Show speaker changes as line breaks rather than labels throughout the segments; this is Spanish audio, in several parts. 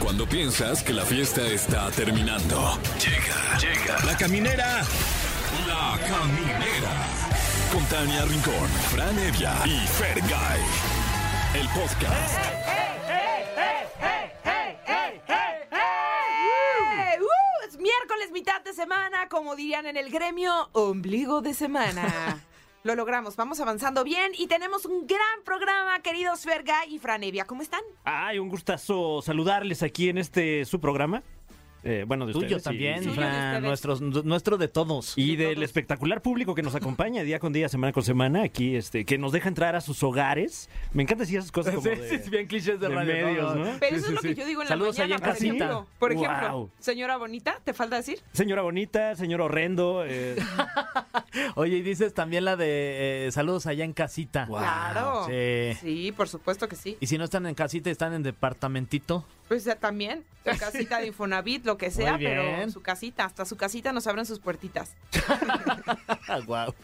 Cuando piensas que la fiesta está terminando. Llega, llega. La caminera. La caminera. Con Tania Rincón, Fran Evia y Fergay. El podcast.
¡Eh! ¡Uh! Es miércoles, mitad de semana, como dirían en el gremio, ombligo de semana. Lo logramos, vamos avanzando bien y tenemos un gran programa, queridos Verga y Franevia. ¿Cómo están?
Ay, un gustazo saludarles aquí en este su programa. Eh, bueno, de
Tuyo
ustedes, sí.
también,
Suyo de
Fran,
ustedes.
nuestros, nuestro de todos.
Y del espectacular público que nos acompaña día con día, semana con semana, aquí, este, que nos deja entrar a sus hogares. Me encanta decir esas cosas como
Sí,
de-
sí, sí, bien clichés de,
de
radio.
medios, ¿no?
Pero
Sí,
eso
sí,
es lo
sí.
que yo digo en
Saludos
la
allá
mañana,
en
por
casita.
ejemplo. Por ejemplo,
Wow.
señora bonita, ¿te falta decir?
Señora bonita, señor horrendo. eh,
Oye, y dices también la de eh, saludos allá en casita.
Claro.
Sí.
Sí, por supuesto que sí.
Y si no están en casita, están en departamentito.
Pues ya también, su casita de Infonavit, lo que sea,
Muy
pero
bien.
su casita, hasta su casita nos abren sus puertitas.
wow.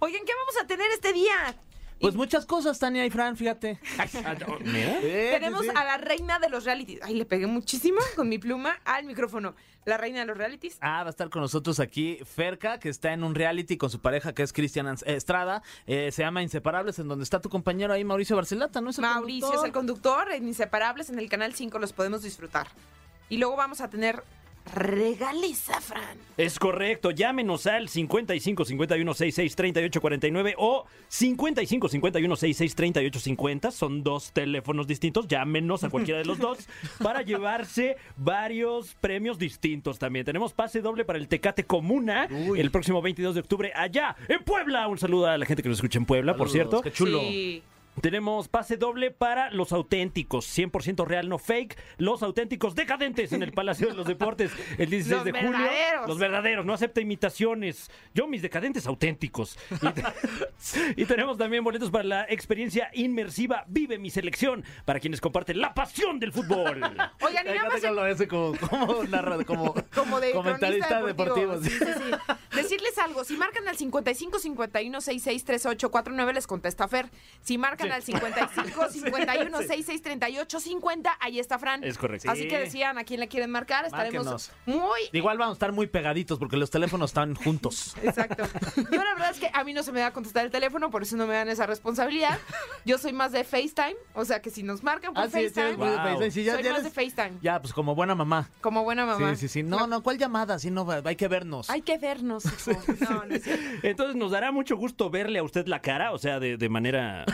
Oigan, ¿qué vamos a tener este día?
Pues muchas cosas, Tania y Fran, fíjate.
ah, no, mira.
Eh,
Tenemos
sí, sí.
a la reina de los realities. Ay, le pegué muchísimo con mi pluma al micrófono. La reina de los realities.
Ah, va a estar con nosotros aquí Ferca, que está en un reality con su pareja, que es Cristian Ans- eh, Estrada. Eh, se llama Inseparables, en donde está tu compañero ahí, Mauricio Barcelata, ¿no es el
Mauricio es el
conductor?
conductor. En Inseparables en el Canal 5 los podemos disfrutar. Y luego vamos a tener regaliza, Fran.
Es correcto, llámenos al 55 51 66 38 49 o 55 51 66 38 50. Son dos teléfonos distintos, llámenos a cualquiera de los dos para llevarse varios premios distintos también. Tenemos pase doble para el Tecate Comuna
Uy.
el próximo 22 de octubre allá en Puebla. Un saludo a la gente que nos escucha en Puebla, por
Saludos,
cierto.
qué chulo.
Sí.
Tenemos pase doble para los auténticos, 100% real, no fake, los auténticos decadentes en el Palacio de los Deportes el 16
Los
de julio.
verdaderos.
Los verdaderos, no acepta imitaciones. Yo mis decadentes auténticos. Y, te- y tenemos también boletos para la experiencia inmersiva Vive mi selección, para quienes comparten la pasión del fútbol.
Oigan, y
Me
nada
encanta
más
que lo hace como, como, narra- como,
como de
comentarista
cronista deportivo. Sí,
deportivo.
sí, sí. Decirles algo, si marcan al 55 51 66 38 49 les contesta Fer. Si marcan al 55 51 66 38 50 ahí está Fran.
Es correcto.
Así que decían a quién le quieren marcar, estaremos
Márquenos.
muy
Igual vamos a estar muy pegaditos porque los teléfonos están juntos.
Exacto. Yo la verdad es que a mí no se me da a contestar el teléfono, por eso no me dan esa responsabilidad. Yo soy más de FaceTime, o sea que si nos marcan por
Ah, sí, sí,
FaceTime,
es muy de
Wow.
FaceTime. Sí, ya,
soy
ya
más de
eres-
FaceTime,
ya, pues como buena mamá.
como buena mamá.
Sí, sí, sí. No, no, ¿cuál llamada? Sí, no, hay que vernos.
Hay que vernos, hijo. No, no es cierto.
Entonces nos dará mucho gusto verle a usted la cara, o sea, de, de manera...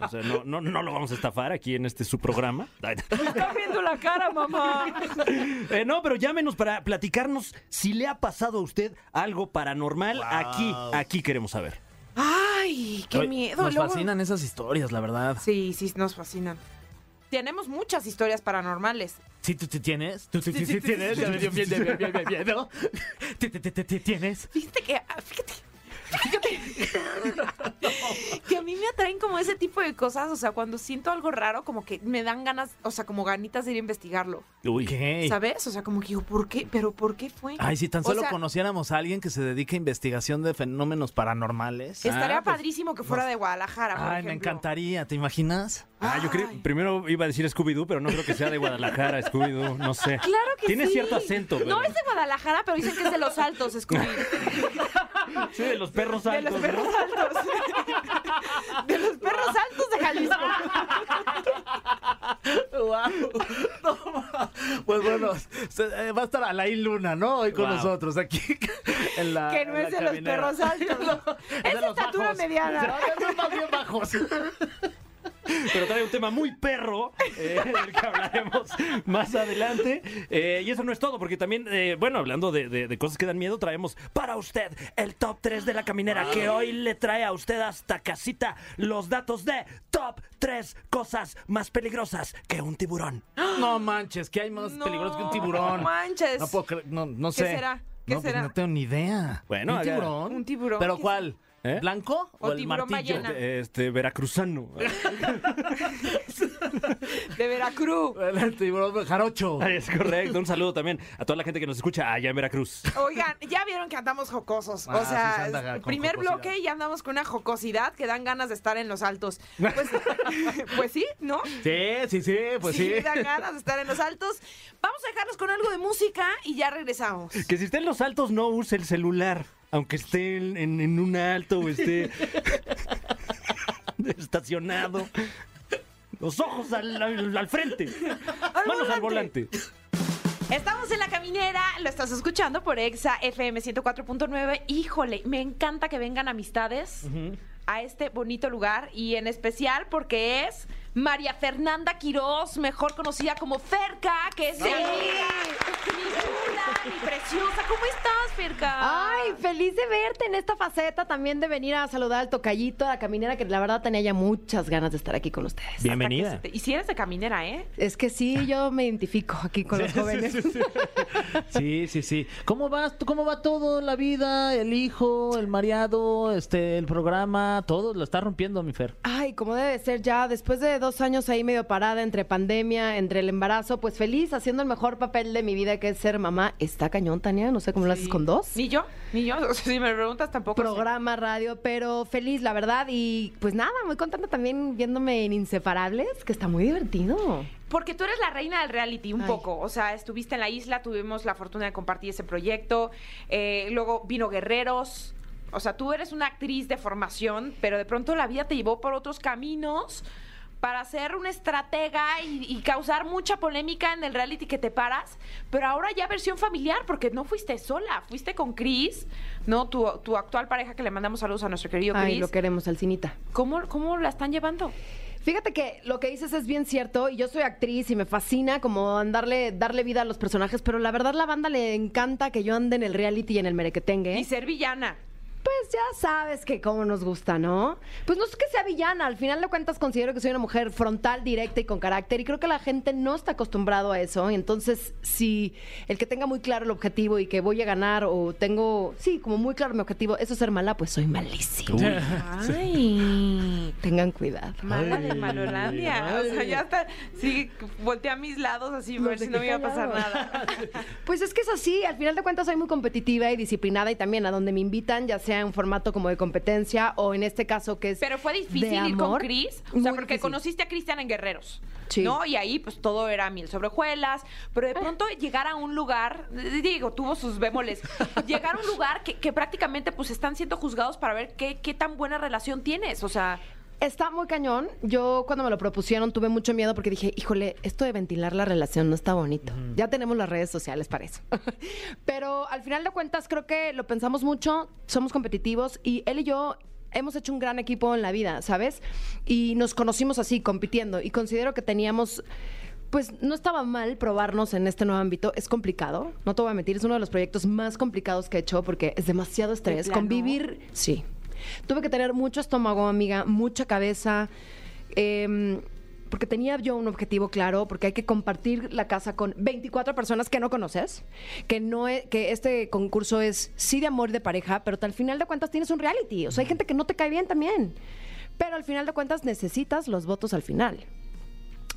O sea, no, no, no lo vamos a estafar aquí en este su programa.
Está viendo la cara, mamá.
Eh, no, pero llámenos para platicarnos si le ha pasado a usted algo paranormal.
Wow.
Aquí, aquí queremos saber.
Ay, qué
Oye,
miedo.
Nos
luego-
fascinan esas historias, la verdad.
Sí, sí, nos fascinan. Tenemos muchas historias paranormales.
Sí, tú te tienes. Tú tú-
Sí,
sí,
sí,
sí
sí,
tienes.
sí,
Ya
sí,
me dio bien, bien, bien, bien, bien, bien, ¿no? Ti- ti- ti- ti- ti- Tienes.
Fíjate que, ah, fíjate, fíjate, que a mí me atraen como ese tipo de cosas, o sea, cuando siento algo raro, como que me dan ganas, o sea, como ganitas de ir a investigarlo,
Uy.
¿Qué?
¿sabes? O sea, como que digo, ¿por qué? ¿Pero por qué fue?
Ay, si tan
Pues O
solo
sea,
conociéramos a alguien que se dedique a investigación de fenómenos paranormales.
Estaría
Ah, pues,
padrísimo que fuera de Guadalajara, por
Ay, me
ejemplo.
encantaría, ¿te imaginas?
Ah, yo creo,
Ay.
primero iba a decir Scooby-Doo, pero no creo que sea de Guadalajara, Scooby-Doo, no sé.
Claro que
Tiene
sí.
cierto acento.
No
pero-
es de Guadalajara, pero dicen que es de los altos, Scooby.
Sí, de los perros
De
altos.
los
¿no?
perros altos. De los perros altos de Jalisco.
Guau. No, pues bueno, se- eh, va a estar Alain Luna, ¿no? Hoy con
Guau.
nosotros aquí en la.
Que no
en
es
la
de los
caminera.
perros altos.
Es
Es
de
de
los
estatura
bajos.
mediana.
No, es más bien bajos.
Pero trae un tema muy perro eh, del que hablaremos más adelante. Eh, y eso no es todo, porque también, eh, bueno, hablando de, de- de cosas que dan miedo, traemos para usted el top 3 de la caminera, que hoy le trae a usted hasta casita los datos de top 3 cosas más peligrosas que un tiburón.
No manches, que hay más
No,
peligroso que un tiburón.
no manches.
No puedo creer, no, no
¿Qué
sé.
será? ¿Qué
No, pues
será?
no tengo ni idea.
Bueno,
¿Un
haga-
tiburón?
Un tiburón,
¿Pero
¿qué
cuál?
¿Eh?
¿Blanco o,
O
el
tiburón
martillo?
ballena.
Este, veracruzano.
De Veracruz.
El tiburón jarocho.
Ay, es correcto. Un saludo también a toda la gente que nos escucha allá en Veracruz.
Oigan, ya vieron que andamos jocosos.
Ah,
o sea,
sí se anda
es-
con
primer
jocosidad.
bloque y ya andamos con una jocosidad que dan ganas de estar en los altos. Pues, pues sí, ¿no?
Sí, sí, sí, pues sí.
dan ganas de estar en los altos. Vamos a dejarlos con algo de música y ya regresamos.
Que si está en los altos, no use el celular. Aunque esté en, en- en un alto o esté estacionado. Los ojos al, al- al frente. Manos al volante.
Estamos en la caminera, lo estás escuchando por Exa FM 104.9. Híjole, me encanta que vengan amistades a este bonito lugar y en especial porque es María Fernanda Quirós, mejor conocida como Ferca, que es mi amiga, mi chula, mi preciosa. ¿Cómo estás, Ferca?
Ay, feliz de verte en esta faceta también de venir a saludar al tocallito, a la caminera, que la verdad tenía ya muchas ganas de estar aquí con ustedes.
Hasta que se te- Y si eres de caminera, ¿eh?
Es que sí, yo me identifico aquí con los jóvenes.
Sí, sí, sí. ¿Cómo vas? ¿Cómo va todo la vida? El hijo, el mareado, este, el programa, todo lo está rompiendo, mi Fer.
Ay, como debe de ser ya, después de dos años ahí medio parada entre pandemia, entre el embarazo, pues feliz haciendo el mejor papel de mi vida que es ser mamá. Está cañón, Tania, no sé cómo lo haces con dos.
Ni yo, ni yo. O sea, si me preguntas tampoco. sé.
programa, radio, pero feliz, la verdad. Y pues nada, muy contenta también viéndome en Inseparables, que está muy divertido.
Porque tú eres la reina del reality, un
Ay.
poco. O sea, estuviste en la isla, tuvimos la fortuna de compartir ese proyecto. eh, luego vino Guerreros. O sea, tú eres una actriz de formación, pero de pronto la vida te llevó por otros caminos para ser una estratega y, y causar mucha polémica en el reality que te paras. Pero ahora ya versión familiar, porque no fuiste sola, fuiste con Chris, ¿no? Tu, tu actual pareja que le mandamos saludos a nuestro querido
Ay,
Chris.
lo queremos, Alcinita.
¿Cómo, ¿Cómo la están llevando?
Fíjate que lo que dices es bien cierto y yo soy actriz y me fascina como andarle darle vida a los personajes, pero la verdad la banda le encanta que yo ande en el reality y en el merequetengue.
Y ser villana.
Pues ya sabes que cómo nos gusta, ¿no? Pues no es que sea villana, al final de cuentas considero que soy una mujer frontal, directa y con carácter y creo que la gente no está acostumbrado a eso, y entonces si el que tenga muy claro el objetivo y que voy a ganar o tengo, sí, como muy claro mi objetivo, eso es ser mala, pues soy malísima.
Ay.
Tengan cuidado.
Mala de
Ay,
Malolandia. O sea, ya está. Sí, volteé a mis lados así, a
Los
ver si
dejé
no me iba a pasar
callados.
nada.
Pues es que es así, al final de cuentas soy muy competitiva y disciplinada y también a donde me invitan, ya sea en formato como de competencia o en este caso que es...
Pero fue difícil
de
ir con
amor.
Cris. O
Muy
sea, porque
difícil.
conociste a Cristian en Guerreros.
Sí. Ah.
¿No? Y ahí, pues todo era miel sobre hojuelas. Pero de pronto llegar a un lugar, eh, digo, tuvo sus bémoles. llegar a un lugar que, que prácticamente pues están siendo juzgados para ver qué, qué tan buena relación tienes. O sea,
Está muy cañón. Yo cuando me lo propusieron tuve mucho miedo porque dije, híjole, esto de ventilar la relación no está bonito. Ya tenemos las redes sociales para eso. Pero al final de cuentas creo que lo pensamos mucho, somos competitivos y él y yo hemos hecho un gran equipo en la vida, ¿sabes? Y nos conocimos así, compitiendo. Y considero que teníamos... Pues no estaba mal probarnos en este nuevo ámbito. Es complicado, no te voy a mentir, es uno de los proyectos más complicados que he hecho porque es demasiado estrés.
plano?
Convivir Sí. Tuve que tener mucho estómago, amiga, mucha cabeza. em, porque tenía yo un objetivo claro, porque hay que compartir la casa con 24 personas que no conoces, que no e- que este concurso es sí de amor y de pareja, pero al final de cuentas tienes un reality, o sea, hay gente que no te cae bien también. Pero al final de cuentas necesitas los votos al final.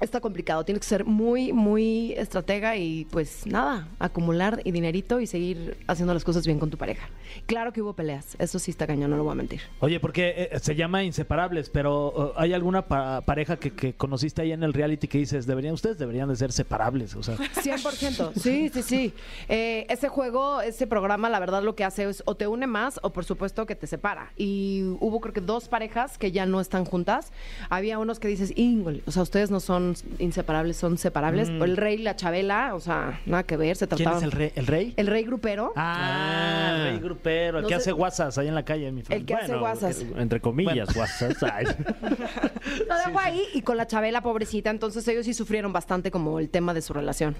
Está complicado, tienes que ser muy muy estratega y pues nada, acumular y dinerito y seguir haciendo las cosas bien con tu pareja. Claro que hubo peleas, eso sí está cañón, no lo voy a mentir.
Oye, porque eh, se llama Inseparables, pero eh, ¿hay alguna pa- pareja que, que conociste ahí en el reality que dices, deberían ustedes deberían de ser separables? O sea,
100%. Sí, sí, sí. Eh, ese juego, ese programa, la verdad lo que hace es o te une más o por supuesto que te separa. Y hubo creo que dos parejas que ya no están juntas. Había unos que dices, íngole, o sea, ustedes no son inseparables, son separables. O El rey y la Chabela, o sea, nada que ver, se
Mm. ¿quién
trataba...
es el rey? ¿El rey?
El rey grupero.
Ah, el rey grupero, el
No
que
sé-
hace guasas ahí en la calle, mi eh, Fer.
El que hace guasas.
Entre comillas, guasas. Ay.
Lo dejo ahí y con la Chabela, pobrecita. Entonces ellos sí sufrieron bastante como el tema de su relación.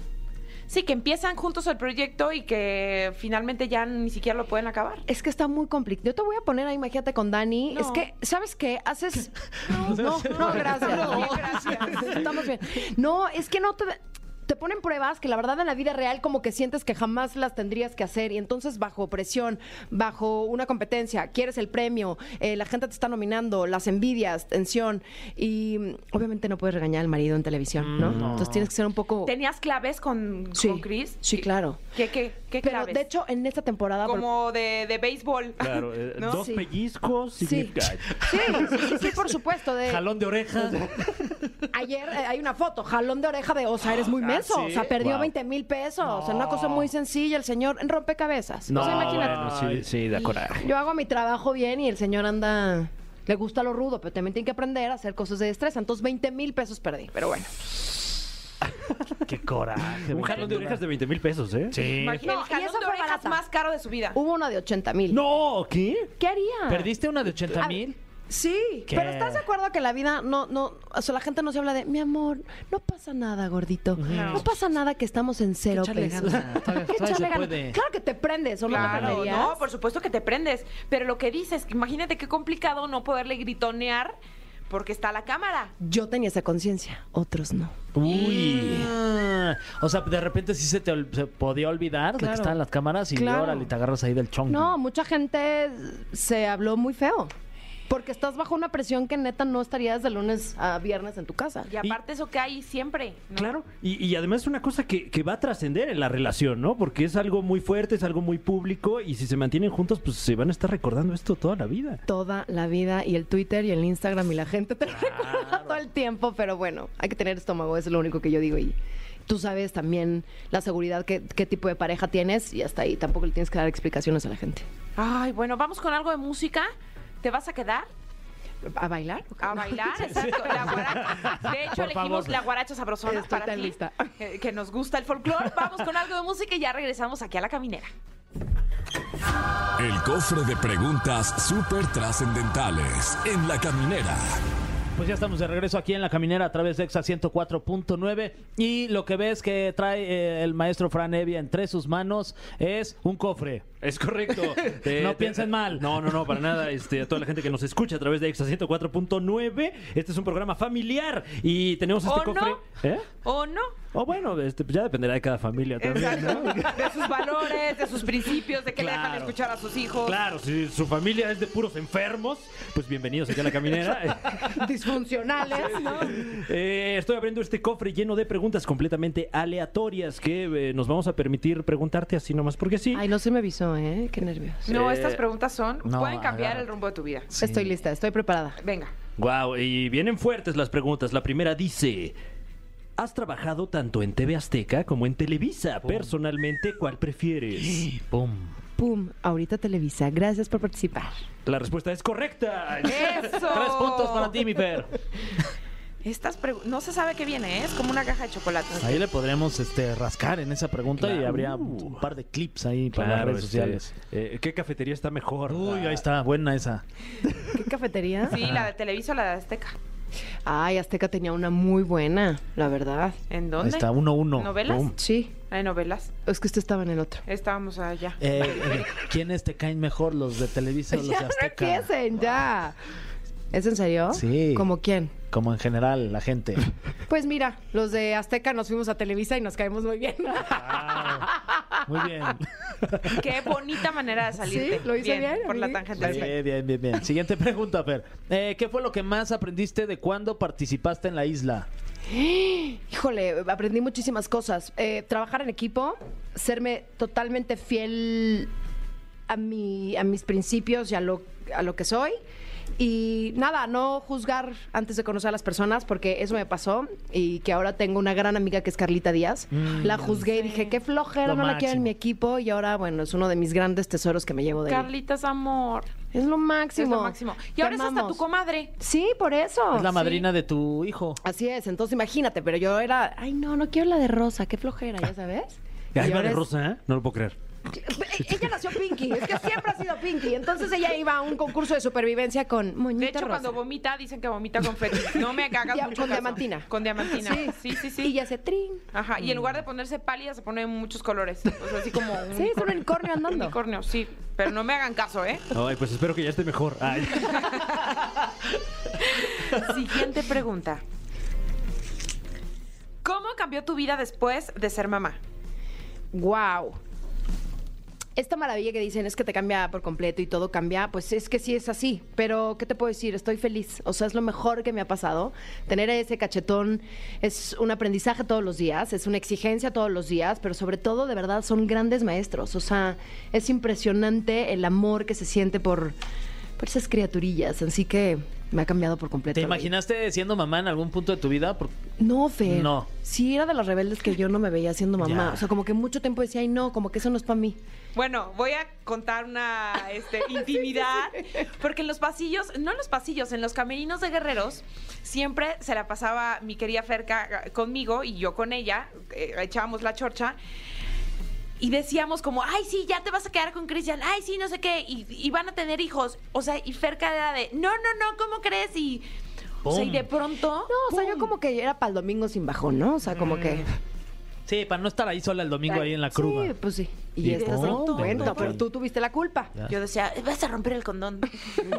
sí, que empiezan juntos el proyecto y que finalmente ya ni siquiera lo pueden acabar.
Es que está muy complicado. Yo te voy a poner ahí, imagínate con Dani.
No.
Es que, ¿sabes qué? Haces. No, no, gracias.
No,
gracias. Estamos bien. No, es que no te. te ponen pruebas que la verdad en la vida real como que sientes que jamás las tendrías que hacer y entonces bajo presión, bajo una competencia, quieres el premio, eh, la gente te está nominando, las envidias, tensión y mm, obviamente no puedes regañar al marido en televisión, ¿no? Entonces tienes que ser un poco...
¿Tenías claves con,
Sí,
con Chris?
sí, claro.
¿Qué, qué, qué
Pero
claves?
de hecho en esta temporada... por-
como de, de béisbol.
Claro, eh,
¿no?
dos
Sí.
pellizcos
Sí. Eh,
significa-
Sí, sí, sí, sí, por supuesto. De,
Jalón de orejas.
Ayer eh, hay una foto, jalón de oreja de, o sea, eres muy menso,
¿sí?
o sea, perdió
Wow.
20 mil pesos, o sea, una cosa muy sencilla, el señor en rompecabezas. o sea, imagínate.
bueno, sí, sí, da coraje.
Yo hago mi trabajo bien y el señor anda, le gusta lo rudo, pero también tiene que aprender a hacer cosas de destreza, entonces 20 mil pesos perdí, pero bueno.
Qué coraje.
Un jalón de orejas de 20 mil pesos, ¿eh?
Sí.
Imagina,
No,
el
y
jalón
esa
de
fue
orejas
barata.
más caro de su vida.
Hubo una de 80 mil.
No, ¿qué?
¿Qué haría?
¿Perdiste una de 80 mil?
Sí,
¿Qué?
pero ¿estás de acuerdo que la vida no, no, o sea, la gente no se habla de, mi amor, no pasa nada, gordito, no, pasa nada que estamos en cero
echarle
pesos.
ganas, todavía-
Hay que
todavía se
echarle ganas.
puede.
Claro que te prendes, ¿o no la
Claro,
prenderías?
no, por supuesto que te prendes. Pero lo que dices, que imagínate qué complicado no poderle gritonear porque está la cámara.
Yo tenía esa conciencia, otros no.
Uy. Ah. O sea, de repente sí se te ol- se podía olvidar de que
Claro.
estaban las cámaras y
Claro.
órale, te agarras ahí del chongo.
No, mucha gente se habló muy feo. Porque estás bajo una presión que neta no estarías de lunes a viernes en tu casa.
Y aparte eso que hay siempre. ¿no?
Claro, y, y además es una cosa que, que va a trascender en la relación, ¿no? Porque es algo muy fuerte, es algo muy público y si se mantienen juntos, pues se van a estar recordando esto toda la vida.
Toda la vida y el Twitter y el Instagram y la gente te lo recuerda todo el tiempo, pero bueno, hay que tener estómago, eso es lo único que yo digo. Y tú sabes también la seguridad, que, qué tipo de pareja tienes y hasta ahí tampoco le tienes que dar explicaciones a la gente.
Ay, bueno, vamos con algo de música. ¿Te vas a quedar
¿A bailar?
a bailar? Exacto. La guaracha. De hecho,
Por
elegimos
favor.
la guaracha sabrosona
Estoy
para
tan
ti,
lista.
Que, que nos gusta el folclore. Vamos con algo de música y ya regresamos aquí a la caminera.
El cofre de preguntas súper trascendentales en la caminera.
Pues ya estamos de regreso aquí en la caminera a través de Exa 104.9 y lo que ves que trae eh, el maestro Fran Evia entre sus manos es un cofre.
Es correcto. Eh,
No
te-
piensen mal.
No, no, no, para nada. Este, a toda la gente que nos escucha a través de Exa 104.9, este es un programa familiar y tenemos este
¿O
cofre.
no?
¿Eh?
¿O no?
O bueno, este, pues ya dependerá de cada familia también, ¿no?
Exacto. De sus valores, de sus principios, de qué le dejan
Claro.
escuchar a sus hijos.
Claro, si su familia es de puros enfermos, pues bienvenidos aquí a la caminera.
Disfuncionales, ¿no?
Eh, estoy abriendo este cofre lleno de preguntas completamente aleatorias que eh, nos vamos a permitir preguntarte así nomás porque sí.
Ay, no se me avisó, ¿eh? Qué nervios.
No,
Eh,
estas preguntas son.
no,
pueden cambiar
agárrate.
el rumbo de tu vida.
Estoy lista, estoy preparada.
Venga.
Wow, y vienen fuertes las preguntas. La primera dice: ¿Has trabajado tanto en TV Azteca como en
Oh.
Televisa? Personalmente, ¿cuál prefieres?
¡Pum!
Pum, ahorita Televisa. Gracias por participar.
La respuesta es correcta.
¡Eso!
Tres puntos para ti, mi Fer.
Estas pregu- no se sabe qué viene, ¿eh? es como una caja de chocolates.
Ahí le podremos este, rascar en esa pregunta y
Claro.
habría un par de clips ahí para las redes
este,
sociales.
eh, ¿Qué cafetería está mejor? Ah.
Uy, ahí está, buena esa.
¿Qué cafetería?
Sí, la de Televisa o la de Azteca.
Ay, Azteca tenía una muy buena, la verdad.
¿En
Ahí
dónde?
está, 1-1. Uno, uno.
¿Novelas?
Pum.
Sí,
Hay novelas.
es que usted estaba en el otro.
Estábamos allá.
Eh, eh, ¿Quiénes te caen mejor, los de Televisa o los de
ya no
Azteca?
empiecen, ya. ¿Es en serio?
Sí.
¿Como quién?
Como en general, la gente.
Pues mira, los de Azteca nos fuimos a Televisa y nos caemos muy bien.
Muy bien.
Qué bonita manera de salirte.
Sí, lo hice bien,
por la
amiga.
tangente.
Sí, bien, bien, bien, Siguiente pregunta, Fer. Eh, ¿Qué fue lo que más aprendiste de cuando participaste en la isla?
Híjole, aprendí muchísimas cosas. Eh, trabajar en equipo, serme totalmente fiel a, mi, a mis principios y a lo, a lo que soy. Y nada, no juzgar antes de conocer a las personas, porque eso me pasó. Y que ahora tengo una gran amiga que es Carlita Díaz. la juzgué y dije, qué flojera,
Mm, Lo
no la quiero en
máximo.
mi equipo. Y ahora, bueno, es uno de mis grandes tesoros que me llevo de él.
Carlitas, amor.
Es lo máximo.
Es lo máximo. Y
Te
ahora es hasta
amamos.
tu comadre.
Sí, por eso.
es la
Sí.
madrina de tu hijo.
Así es, entonces imagínate, pero yo era, ay no, no quiero la de rosa, qué flojera, ya sabes.
Ahí
Y
va
ahora
de
es-
Rosa, ¿eh? No lo puedo creer.
Eh, Ella nació Pinky, es que siempre ha sido Pinky. Entonces ella iba a un concurso de supervivencia con moñito
De hecho,
rosa.
cuando vomita, dicen que vomita con fetiche. No me cagas
Dia-
mucho
con
caso.
diamantina.
Con diamantina. Sí,
Sí.
sí, sí.
Y ya se trin.
Ajá, y en lugar
Mm.
de ponerse pálida, se pone muchos colores. O sea, así como un
Sí, es un unicornio andando.
Unicornio, sí. Pero no me hagan caso, ¿eh?
Ay, pues espero que ya esté mejor. Ay.
Siguiente pregunta. ¿Cómo cambió tu vida después de ser mamá?
wow. Esta maravilla que dicen es que te cambia por completo y todo cambia, pues es que sí es así. Pero, ¿qué te puedo decir? Estoy feliz. O sea, es lo mejor que me ha pasado. Tener ese cachetón es un aprendizaje todos los días, es una exigencia todos los días, pero sobre todo, de verdad, son grandes maestros. O sea, es impresionante el amor que se siente por, por esas criaturillas. Así que me ha cambiado por completo.
¿Te
la vida.
imaginaste siendo mamá en algún punto de tu vida? Por-
No, Fer.
No.
Sí, era de las rebeldes que yo no me veía siendo mamá.
Ya.
O sea, como que mucho tiempo decía, ay, no, como que eso no es para mí.
Bueno, voy a contar una este, intimidad, porque en los pasillos, no en los pasillos, en los camerinos de guerreros, siempre se la pasaba mi querida Ferca eh, conmigo y yo con ella, eh, echábamos la chorcha. Y decíamos como, ay, sí, ya te vas a quedar con Cristian, ay, sí, no sé qué, y, y van a tener hijos. O sea, y Ferca era de, no, no, no, ¿cómo crees? Y, o sea, y
Pum.
de pronto...
No, o sea, yo
¡pum!
como que era para el domingo sin bajón, ¿no? O sea, como que.
Sí, para no estar ahí sola el domingo ahí en la cruda.
Sí, pues sí. Y,
Sí,
esta es
no,
otro cuento,
ok.
pero tú tuviste la culpa.
Ya.
Yo decía, vas a romper el condón.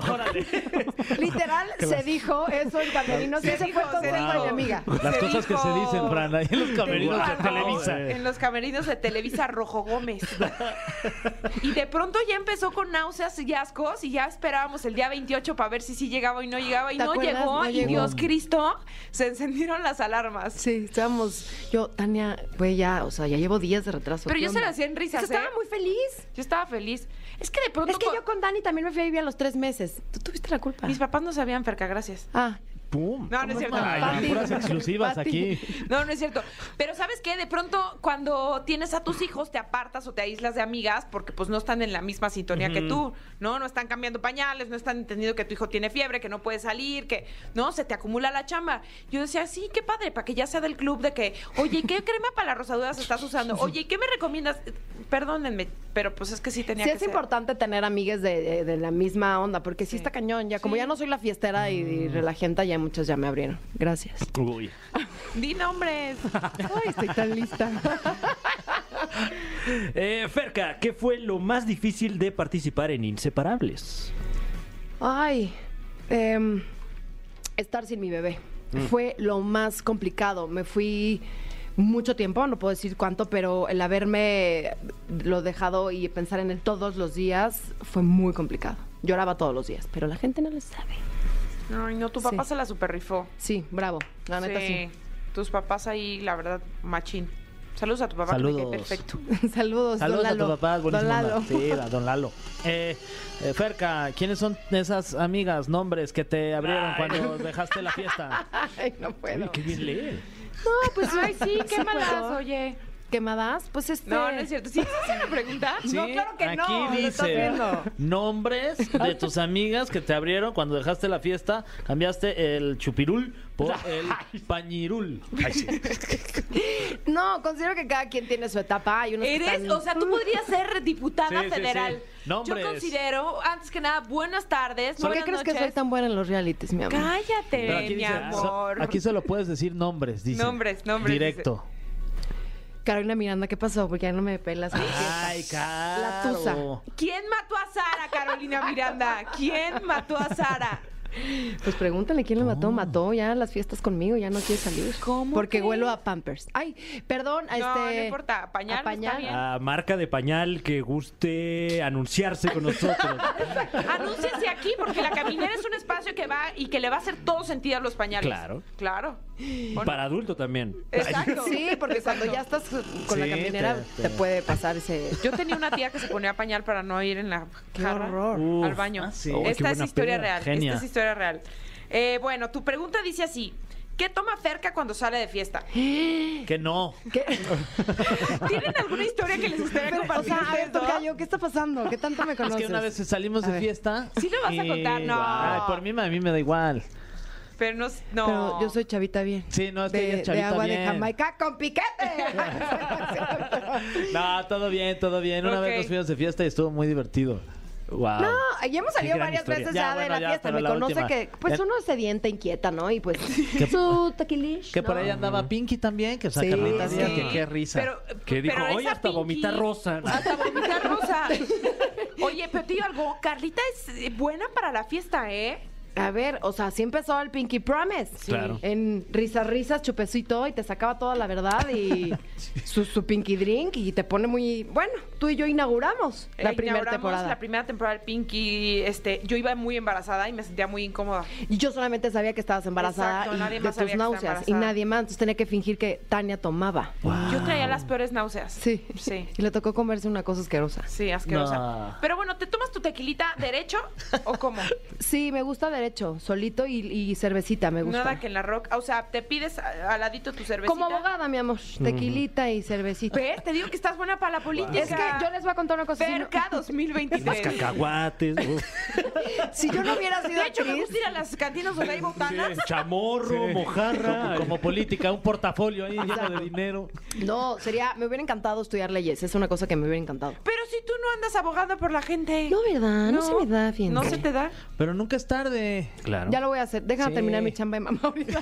Órale.
Literal, se dijo eso en camerinos. y
Se
ese
dijo,
fue el
se
consejo de
dijo.
mi amiga.
Las
Se
cosas que
dijo.
se dicen, Fran, ahí en los camerinos de
Claro,
Televisa.
En los camerinos de Televisa Rojo Gómez. Y de pronto ya empezó con náuseas y ascos y ya esperábamos el día 28 para ver si sí llegaba y no llegaba y
¿Te
no
acuerdas?
llegó,
No
y
llegó.
Dios Cristo, se encendieron las alarmas.
Sí, estábamos. Yo, Tania, güey, ya, o sea, ya llevo días de retraso.
Pero
¿qué
yo se
onda?
la hacía en risas,
O sea, Estaba
¿eh?
muy feliz.
Yo estaba feliz. Es que de pronto
Es que
co-
yo con Dani también me fui a vivir a los tres meses. Tú tuviste la culpa.
mis papás no sabían, Ferca, gracias.
Ah,
¡Pum!
No, no es cierto.
Ay,
Pati.
puras exclusivas
Pati.
aquí.
No, no es cierto. Pero ¿sabes qué? De pronto cuando tienes a tus hijos te apartas o te aíslas de amigas porque pues no están en la misma sintonía que tú, ¿no? No están cambiando pañales, no están entendiendo que tu hijo tiene fiebre, que no puede salir, que no, se te acumula la chamba. Yo decía, sí, qué padre, para que ya sea del club de que, oye, ¿y ¿qué crema para las rosaduras estás usando? Oye, ¿y ¿qué me recomiendas? Eh, Perdónenme, pero pues es que sí tenía
sí
que
es
ser.
importante tener amigas de, de- de la misma onda, porque sí, Mm.
Sí.
está cañón. Ya, como
Sí.
ya no soy la fiestera y, y relajenta, ya muchas ya me abrieron. Gracias.
Uy.
Di nombres.
Ay, estoy tan lista.
Eh, Ferca, ¿qué fue lo más difícil de participar en Inseparables?
Ay, em, estar sin mi bebé fue lo más complicado. Me fui mucho tiempo, no puedo decir cuánto, pero el haberme lo dejado y pensar en él todos los días fue muy complicado. Lloraba todos los días, pero la gente no lo sabe.
Ay, no, tu papá
Sí.
se la super rifó.
Sí, bravo, la neta sí.
Tus papás ahí, la verdad, machín. Saludos a tu papá, que me
Saludos.
cae perfecto.
Saludos,
Saludos
don
a
Lalo.
tu papá, buenísimo.
Don Lalo.
onda. Sí, a don Lalo. Eh, eh, Ferca, ¿quiénes son esas amigas, nombres que te abrieron
Ay.
cuando dejaste la fiesta?
Ay, no puedo.
Qué bien lee.
No, pues
Ay, sí, qué
malas,
malas, oye.
quemadas, pues este.
No, no es cierto. ¿Sí, sí me pregunta? No, claro que
aquí
no.
lo estás
dice
viendo.
nombres de tus amigas que te abrieron cuando dejaste la fiesta, cambiaste el chupirul por el pañirul.
No, considero que cada quien tiene su etapa. Hay unos que
Eres,
están-
o sea, tú podrías ser diputada
Sí, sí,
federal.
sí. Nombres.
Yo considero, antes que nada, buenas tardes.
¿Por qué
buenas
crees que
noches.
soy tan buena en los realities, mi amor?
Cállate,
Pero aquí
mi
dice,
amor.
so- aquí solo puedes decir nombres, dice.
Nombres, nombres,
Directo.
Carolina Miranda, ¿qué pasó? Porque ya no me pelas.
Ay, claro.
La tusa.
¿Quién mató a Sara, Carolina Miranda? ¿Quién mató a Sara?
Pues pregúntale quién le mató. Mató ya las fiestas conmigo, ya no quiere salir.
¿Cómo
Porque
crees?
huelo a Pampers. Ay, perdón, a
No,
este.
no importa, a pañal
a pañal.
está bien.
Ah, marca de pañal que guste anunciarse con nosotros.
Anúnciese aquí porque la caminera es un espacio que va y que le va a hacer todo sentido a los pañales.
Claro.
Claro. ¿O no?
Para adulto también.
Exacto.
Sí, porque cuando ya estás con la
Sí,
caminera
te-
te,
te-
puede pasar ese.
Yo tenía una tía que se ponía pañal para no ir en la
Qué
jarra
horror.
Uf,
al baño.
ah, sí. Oh, qué
Esta es
buena
historia
peda,
real.
genia.
Esta es historia real. Eh, bueno, tu pregunta dice así. ¿Qué toma Ferca cuando sale de fiesta?
Que no.
¿Qué?
¿Tienen alguna historia que les gustaría
Pero, o
compartir?
sea, a ver,
ustedes dos?
tocayo, ¿qué está pasando? ¿Qué tanto me
Es
conoces?
que una vez salimos
A
de
ver.
fiesta.
¿Sí lo vas a
y-
contar? No.
Ay, por mí, a mí me da igual.
Pero no, no.
Pero yo soy chavita bien.
Sí, no, es que
de,
ella es chavita
de agua de
bien.
Jamaica con piquete.
No, todo bien, Eh, todo bien. Una
Ok.
vez nos fuimos de fiesta y estuvo muy divertido. Wow.
No, ya hemos salido
gran
varias
historia.
veces
Ya,
ya, de
bueno,
la
ya,
fiesta.
pero
Me
la
conoce
última.
que, pues,
Ya-
uno sedienta, inquieta, ¿no? Y pues,
Que-
su taquilish.
Que por
¿no?
ahí andaba Pinky también, que o sea,
Sí,
Carlita
sí.
Díaz, que qué risa.
Pero,
Mm. Que dijo,
pero
hoy
esa
hasta
Pinky-
vomita rosa.
Hasta vomita rosa. Oye, pero te digo algo. Carlita es eh, buena para la fiesta, ¿eh?
A ver, o sea, sí empezó el Pinky Promise.
Claro.
En risas, risas, chupecito y te sacaba toda la verdad y su, su Pinky Drink y te pone muy. Bueno, tú y yo inauguramos la
Eh,
primera
inauguramos
temporada.
La primera temporada del Pinky, este, yo iba muy embarazada y me sentía muy incómoda.
Y yo solamente sabía que estabas embarazada
Exacto,
y
nadie
de
más sabía
tus
que estaba
náuseas y
embarazada.
nadie más. Entonces tenía que fingir que Tania tomaba.
Yo traía las peores náuseas.
Sí.
Sí.
Y le tocó comerse una cosa asquerosa.
Sí, asquerosa.
No.
Pero bueno, ¿te tomas tu tequilita derecho o cómo?
Sí, me gusta derecho, solito y, y cervecita, me gusta.
Nada que en la rock. O sea, te pides a- al ladito tu cervecita.
Como abogada, mi amor, tequilita y cervecita.
Ve, te digo que estás buena para la política.
Es que yo les voy a contar una cosa. si no-
Cerca
Más
2023.
cacahuates, uf,
Si yo no hubiera sido
De hecho, me
actriz,
gusta ir a las cantinas donde hay botanas.
chamorro, mojarra.
Como política, un portafolio ahí lleno de dinero.
no, sería, me hubiera encantado estudiar leyes, es una cosa que me hubiera encantado.
Pero si tú no andas abogando por la gente.
No, ¿verdad? No, se me da, fíjense.
No se te da.
Pero nunca es tarde.
Claro.
Ya lo voy a hacer, déjame
Sí.
terminar mi chamba de mamá ahorita.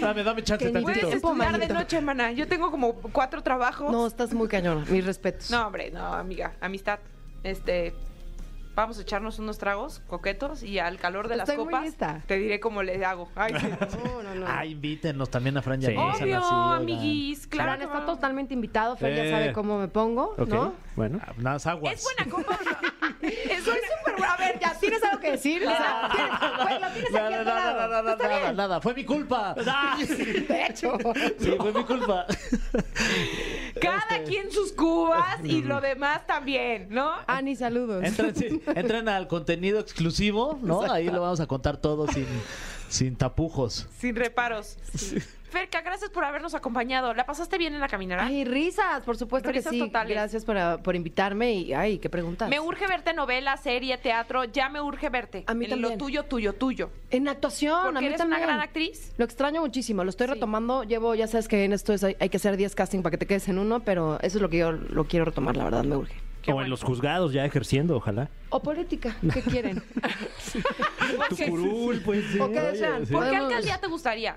Dame, dame chance
Que ni
Puedes
tantito.
Tiempo,
estudiar de
manito.
noche, hermana. Yo tengo como cuatro trabajos.
No, estás muy cañona, mis respetos.
No, hombre, no, amiga. Amistad. Este. Vamos a echarnos unos tragos coquetos y al calor de las
Estoy muy
copas
lista.
te diré cómo le hago. Ay, sí.
no, no. no.
Ah, invítenos también a Fran y a
Sí.
mí, sean
Obvio,
así, oigan.
amiguis, claro.
Fran
que
está
vamos.
totalmente invitado, Fran ya
Eh.
sabe cómo me pongo,
Ok,
¿no?
Bueno.
Ah, Unas aguas.
Es buena copa. o no? es una super
A ver, ya tienes algo que decir. O sea, tienes- güey, lo tienes
Nada,
aquí a tu
nada,
lado.
nada,
Está
nada,
bien.
nada. Fue mi culpa.
De hecho.
Sí, fue mi culpa.
Este.
Cada quien sus cubas y lo demás también, ¿no?
Ani, saludos.
Entren, sí, entren al contenido exclusivo, ¿no? Ahí lo vamos a contar todo sin, sin tapujos.
Sin reparos. Ferca, gracias por habernos acompañado. ¿La pasaste bien en la caminera?
Ay, risas, por supuesto
Risas
que sí.
totales.
Gracias por, por invitarme y ay, qué preguntas.
me urge verte novela, serie, teatro. Ya me urge verte.
A mí
En Lo
también.
tuyo, tuyo, tuyo.
En actuación,
Porque
a mí
eres
también.
una gran actriz.
Lo extraño muchísimo, lo estoy
Sí.
retomando. Llevo, ya sabes que en esto es- hay, hay que hacer 10 casting para que te quedes en uno, pero eso es lo que yo lo quiero retomar, la verdad, me urge.
Qué
o en
bueno.
los juzgados ya ejerciendo, ojalá.
O política, ¿qué quieren?
Tu curul, pues. sí.
¿O qué
Oye,
desean?
sí.
¿Por qué
Podemos-
alcaldía te gustaría?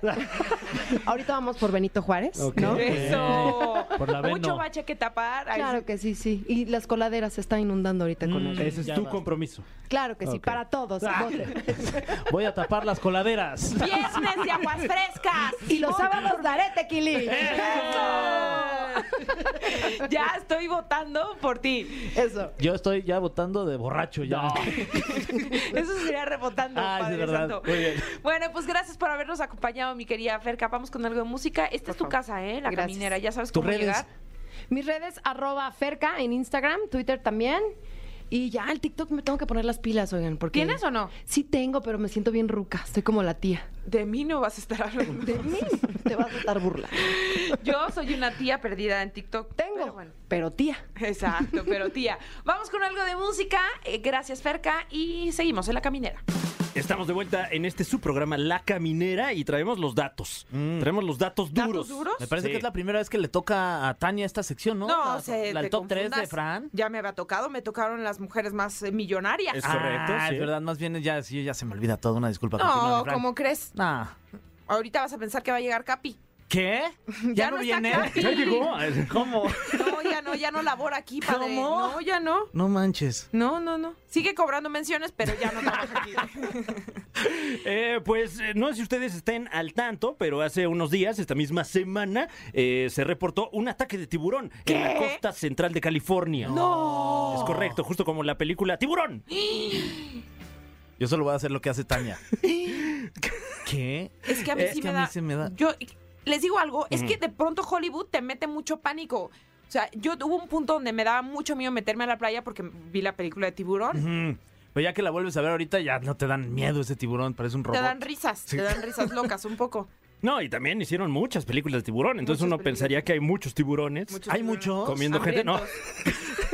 Ahorita vamos por Benito Juárez,
Ok.
¿no?
Eso.
Por la B,
Mucho
no.
bache que tapar. Ay,
Claro que sí, sí. Y las coladeras se están inundando ahorita con
Mm.
eso.
Ese es
Ya
tu
basta.
compromiso.
Claro que sí,
Ok.
para todos. voten.
Voy a tapar las coladeras.
Viernes de aguas frescas.
Y los sábados daré tequilí.
Eso. Ya estoy votando por ti.
Eso.
Yo estoy ya votando de borracho ya.
Eso sería rebotando.
Ay,
Padre
de Ah, verdad.
Santo.
Muy bien.
Bueno, pues gracias por habernos acompañado, mi querida Ferca. Vamos con algo de música. Esta es tu casa, ¿eh? La
Gracias.
caminera. Ya sabes
Tus
cómo
redes.
llegar.
Mis redes, arroba Ferca en Instagram, Twitter también. Y ya, el TikTok me tengo que poner las pilas, oigan. Porque
¿Tienes o no?
Sí tengo, pero me siento bien ruca. Estoy como la tía.
De mí no vas a estar hablando.
De mí te vas a estar burlando.
Yo soy una tía perdida en TikTok.
Tengo,
pero
pero,
bueno.
tía.
Exacto, pero tía. Vamos con algo de música. Eh, gracias, Ferca. Y seguimos en la caminera.
Estamos de vuelta en este su programa La Caminera y traemos los datos. Traemos los datos duros.
¿Datos duros?
Me parece
Sí.
que es la primera vez que le toca a Tania esta sección, ¿no?
No,
la,
se
la- el
te
top 3 de
confundas.
Fran.
Ya me había tocado, me tocaron las mujeres más eh, millonarias.
Es correcto,
Ah,
sí.
es verdad, más bien ya, sí, ya se me olvida todo, una disculpa. Continúa,
No,
mi Fran.
¿cómo creres?
Nah.
Ahorita vas a pensar que va a llegar Capi.
¿Qué? ¿Ya,
Ya
no,
no está
viene?
Capi.
¿Ya llegó?
¿Cómo?
No, ya no, ya no labora aquí, padre.
¿Cómo?
No, ya no.
No manches.
No, no, no. Sigue cobrando menciones, pero ya no trabaja aquí.
Eh, pues eh, no sé si ustedes estén al tanto, pero hace unos días, esta misma semana, eh, se reportó un ataque de tiburón en la costa central de California.
No.
Es correcto, justo como la película Tiburón.
Yo solo voy a hacer lo que hace Tania. ¿Qué?
Es que a mí
Eh, Es
sí
que
me
a
da.
mí sí me da-
Yo les digo algo, es que de pronto Hollywood te mete mucho pánico. O sea, yo hubo un punto donde me daba mucho miedo meterme a la playa porque vi la película de tiburón.
Mm, Pero ya que la vuelves a ver ahorita, ya no te dan miedo ese tiburón, parece un robot.
Te dan risas, te dan risas locas un poco.
No, y también hicieron muchas películas de tiburón, entonces
Muchas
uno
películas.
pensaría que hay muchos tiburones.
Muchos
¿Hay
tiburones.
muchos?
Comiendo gente, no.
Hambrientos.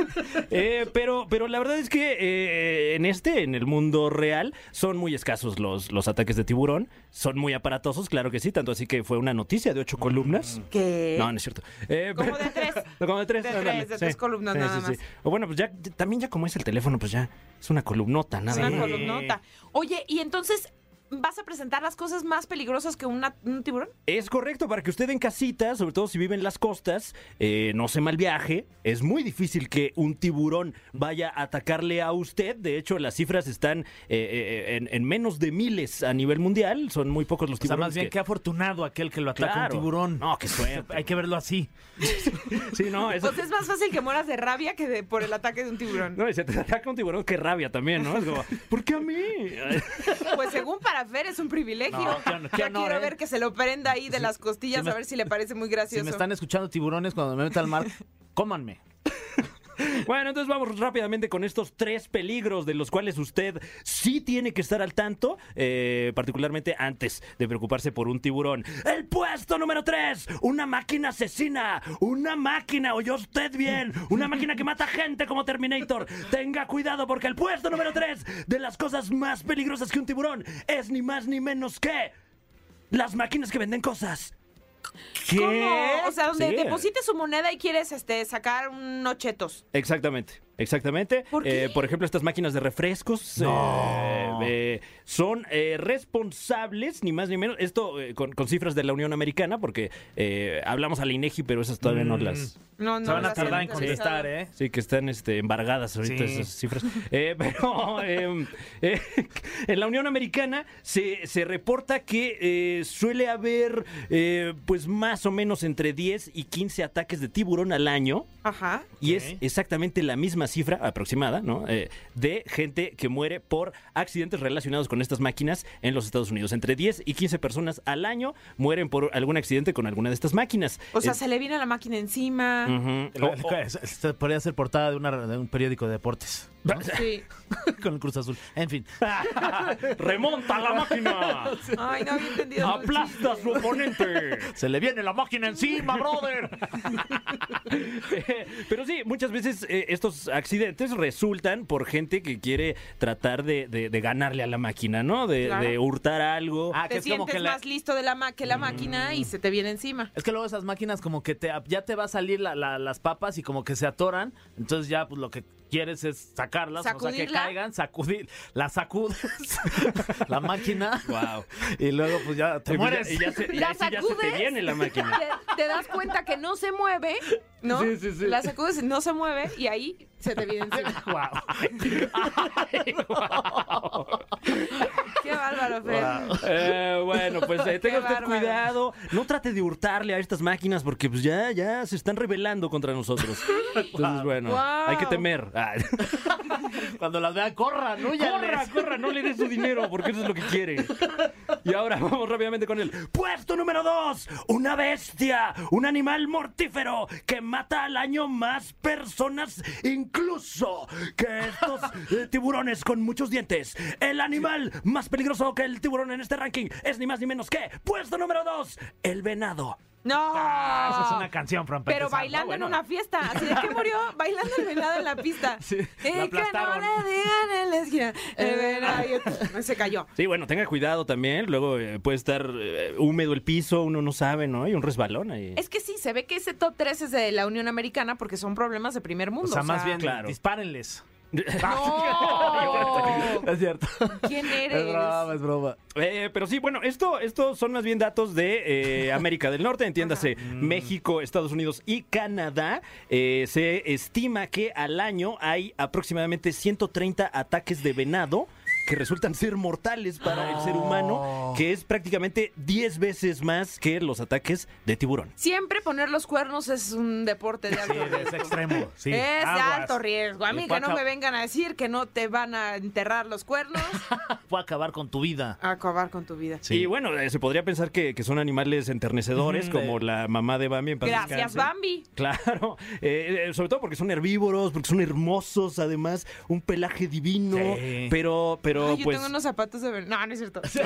Eh, pero, pero la verdad es que eh, en este, en el mundo real, son muy escasos los, los ataques de tiburón. Son muy aparatosos, claro que sí. Tanto así que fue una noticia de ocho columnas.
¿Qué?
No, no es cierto. Eh,
Como Mm. de tres.
No, Como de tres.
De
ándale,
tres, de tres columnas nada más.
O bueno, pues ya, ya- también ya como es el teléfono, pues ya es una columnota,
Es
nada
una
más.
columnota. Oye, y entonces vas a presentar las cosas más peligrosas que una- un tiburón?
Es correcto, para que usted en casita, sobre todo si vive en las costas, eh, no se mal viaje. Es muy difícil que un tiburón vaya a atacarle a usted. De hecho, las cifras están eh, eh, en, en menos de miles a nivel mundial. Son muy pocos los
O sea,
tiburones.
más bien,
que-
qué afortunado aquel que lo ataca
Claro.
un tiburón. Pues,
No, qué suerte.
Hay que verlo así.
Sí, no, eso-
Pues es más fácil que mueras de rabia que de- por el ataque de un tiburón.
No, y se te ataca un tiburón, qué rabia también, ¿no? Es como, ¿por qué a mí?
Pues según para Fer es un privilegio.
No, qué honor- qué
Ya
honor,
quiero
¿eh?
ver que se lo prenda ahí de las costillas
si me-
a ver si le parece muy gracioso.
Si me están escuchando tiburones cuando me meta al mar, cómanme.
Bueno, entonces vamos rápidamente con estos tres peligros de los cuales usted sí tiene que estar al tanto, eh, particularmente antes de preocuparse por un tiburón. El puesto número tres, una máquina asesina, una máquina, oyó usted bien, una máquina que mata gente como Terminator. Tenga cuidado porque el puesto número tres de las cosas más peligrosas que un tiburón es ni más ni menos que las máquinas que venden cosas. ¿Qué?
¿Cómo? O sea, donde
Sí.
deposites su moneda y quieres este, sacar unos chetos.
Exactamente, exactamente.
¿Por qué?
Eh, por ejemplo, estas máquinas de refrescos eh, eh, son eh, responsables, ni más ni menos. Esto eh, con, con cifras de la Unión Americana, porque eh, hablamos al INEGI, pero esas todavía no
Mm.
las.
No, no,
Se van a
las han
tardar en
actualizado.
contestar, ¿eh?
Sí, que están este, embargadas ahorita
Sí.
esas cifras. Eh, pero eh, eh, en la Unión Americana se, se reporta que eh, suele haber, eh, pues más o menos entre 10 y 15 ataques de tiburón al año.
Ajá.
Y
Ok.
es exactamente la misma cifra aproximada, ¿no? Eh, de gente que muere por accidentes relacionados con estas máquinas en los Estados Unidos. Entre 10 y 15 personas al año mueren por algún accidente con alguna de estas máquinas.
O sea,
Eh,
se le viene la máquina encima.
ujú. O-
Oh,
o-
Esta podría ser portada de, una- de un periódico de deportes.
Sí.
Con el Cruz Azul. En fin.
¡Remonta la máquina!
Ay, no había entendido. el
¡Aplasta a su oponente!
Se le viene la máquina encima, brother.
Eh, Pero sí, muchas veces eh, estos accidentes resultan por gente que quiere tratar de, de- de ganarle a la máquina, ¿no? De,
Claro.
de hurtar algo.
Ah, que
Te
es como
sientes
que la- Mm.
más listo de la ma- que la máquina y se te viene encima.
Es que luego esas máquinas como que te, ya te va a salir la- la- las papas y como que se atoran, entonces ya pues lo que quieres es sacarlas, o sea que
Sacudirla.
caigan, sacudir, las sacudes, la máquina,
Wow.
y luego pues ya te
Y pues ya-
mueres.
y ya se- y
La
ahí sí ya se te
sacudes.
viene la máquina.
Te, te das cuenta que no se mueve.
¿No?
Sí, sí, sí.
La sacudes, no se mueve y ahí se te viene encima.
Guau.
Qué bárbaro, Fer.
Eh, bueno, pues eh,
Qué
tenga usted
bárbaro.
cuidado. No trate de hurtarle a estas máquinas porque pues ya, ya se están rebelando contra nosotros. Entonces, bueno,
Guau.
hay que temer. Ah,
Cuando las vean, corran, huyan.
corra, corra, no le des su dinero porque eso es lo que quiere. Y ahora vamos rápidamente con el puesto número dos. Una bestia, un animal mortífero que mata al año más personas incluso que estos eh, tiburones con muchos dientes. El animal más peligroso que el tiburón en este ranking es ni más ni menos que puesto número dos, el venado.
No.
Ah, Esa es una canción, Fran. para
Pero
empezar.
bailando
bueno.
en una fiesta. Así de que murió bailando el venado en la pista.
la
y que no
aplastaron. Eh, ah.
le digan en la esquina. Eh, El venado. y- Se cayó.
Sí, bueno, tenga cuidado también. Luego eh, puede estar húmedo el piso, uno no sabe, ¿no? Hay un resbalón ahí.
Es que sí, se ve que ese top 3 es de la Unión Americana porque son problemas de primer
O
mundo.
sea, más bien,
claro.
dispárenles.
No.
Es cierto.
¿Quién
Es
eres?
broma, es broma.
Eh, pero sí, bueno, esto, estos son más bien datos de eh, América del Norte, entiéndase, Mm. México, Estados Unidos y Canadá. Eh, se estima que al año hay aproximadamente 130 ataques de venado que resultan ser mortales para el ser humano, que es prácticamente 10 veces más que los ataques de tiburón.
Siempre poner los cuernos es un deporte de
Sí,
alto
es
riesgo.
extremo. Sí,
es de
aguas.
alto riesgo. A mí
Y
que
fue
no
acab-
me vengan a decir que no te van a enterrar los cuernos,
Puede acabar con tu vida.
a acabar con tu vida.
Sí.
Y bueno, eh, se podría pensar que, que son animales enternecedores,
Ujú,
como
de-
la mamá de Bambi en paz
Gracias,
descanse.
Bambi.
Claro, eh, eh, sobre todo porque son herbívoros, porque son hermosos, además, un pelaje divino,
Sí.
pero, pero
Ay, yo
pues...
tengo unos zapatos de verano. No, no es cierto. Son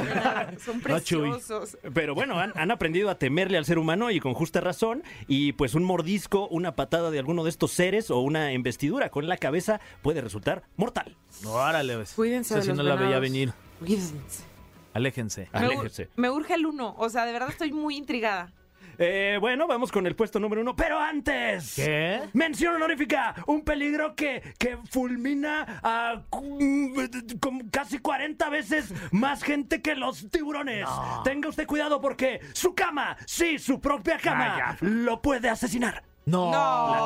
No, Chuy.
preciosos.
Pero bueno, han, han aprendido a temerle al ser humano y con justa razón. Y pues un mordisco, una patada de alguno de estos seres o una embestidura con la cabeza puede resultar mortal.
Órale, pues.
Cuídense
Esa
de
sí
los
no la veía
venados.
venir.
Cuídense.
Aléjense.
Me ur-
Aléjense.
Me, urge el uno. O sea, de verdad estoy muy intrigada.
Eh, bueno, vamos con el puesto número uno. Pero antes.
¿Qué?
Mención honorífica. Un peligro que, que fulmina a cu- como casi 40 veces más gente que los tiburones. Tenga usted cuidado porque su cama, sí, su propia cama,
Ah, ya.
lo puede asesinar.
No.
No.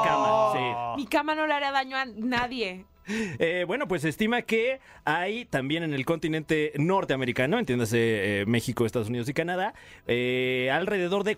La cama, sí.
Mi cama no le hará daño a nadie.
Eh, bueno, pues se estima que hay también en el continente norteamericano, entiéndase eh, México, Estados Unidos y Canadá, eh, alrededor de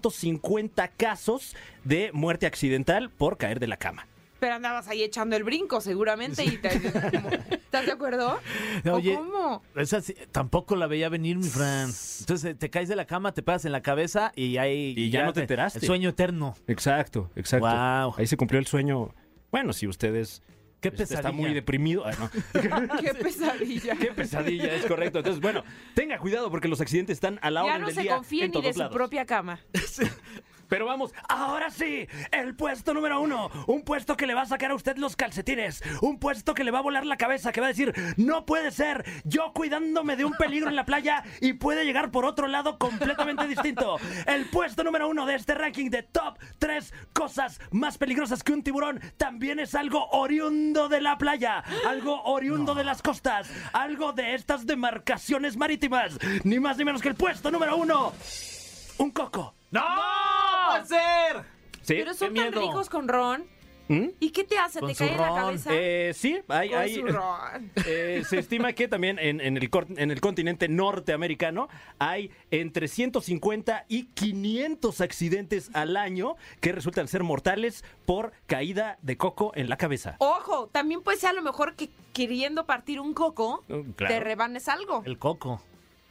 450 casos de muerte accidental por caer de la cama.
Pero andabas ahí echando el brinco, seguramente. Y te- como- ¿Estás de acuerdo? ¿O
Oye,
cómo?
Esa sí- tampoco la veía venir, mi Fran. Entonces eh, te caes de la cama, te pegas en la cabeza y ahí.
Y ya no te enteraste. Eh.
El sueño eterno.
Exacto, exacto.
Guau.
Ahí se cumplió el sueño. Bueno, si ustedes
Qué
este,
pesadilla.
está muy deprimido. Ah, no.
Qué pesadilla.
Qué pesadilla, es correcto. Entonces, bueno, tenga cuidado porque los accidentes están a la hora
Ya no
del
se
día
confíen
en
ni de
todos
su
lados.
propia cama.
Pero vamos, ahora sí, el puesto número uno. Un puesto que le va a sacar a usted los calcetines. Un puesto que le va a volar la cabeza, que va a decir, no puede ser, yo cuidándome de un peligro en la playa y puede llegar por otro lado completamente distinto. El puesto número uno de este ranking de top tres cosas más peligrosas que un tiburón también es algo oriundo de la playa, algo oriundo de las costas, algo de estas demarcaciones marítimas. Ni más ni menos que el puesto número uno. Un coco.
¡No! ¡No puede ser!
Sí.
Pero son
qué
tan
miedo.
ricos con ron.
¿Mm?
¿Y qué te hace?
Con
¿Te
su
cae en la
ron.
cabeza?
Eh, sí, hay,
con
hay-
su ron.
eh, se estima que también en, en el, cor- en el continente norteamericano hay entre 150 y 500 accidentes al año que resultan ser mortales por caída de coco en la cabeza.
Ojo, también puede ser a lo mejor que queriendo partir un coco,
Mm,
te
claro.
rebanes algo.
El coco.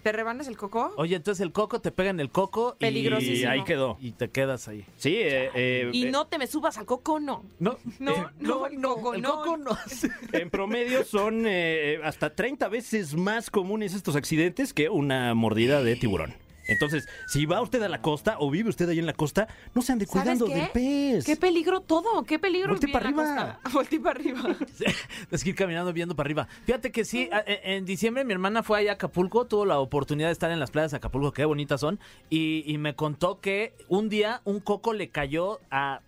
¿Te rebanes el coco?
Oye, entonces el coco te pega en el coco y-
Y
Peligrosísimo.
ahí quedó.
Y te quedas ahí.
Sí, eh, eh,
Y
eh,
no te me subas al coco, no.
No,
No, no, el coco,
el
no.
coco no.
en promedio son eh, hasta 30 veces más comunes estos accidentes que una mordida de tiburón. Entonces, si va usted a la costa o vive usted ahí en la costa, no se ande cuidando del pez.
Qué peligro todo, qué peligro.
Voltea
vivir en
para
la
arriba.
costa. Voltea para arriba.
Pues Es que ir caminando viendo para arriba. Fíjate que sí, a- e- en diciembre mi hermana fue allá a Acapulco, tuvo la oportunidad de estar en las playas de Acapulco, qué bonitas son, y, y me contó que un día un coco le cayó a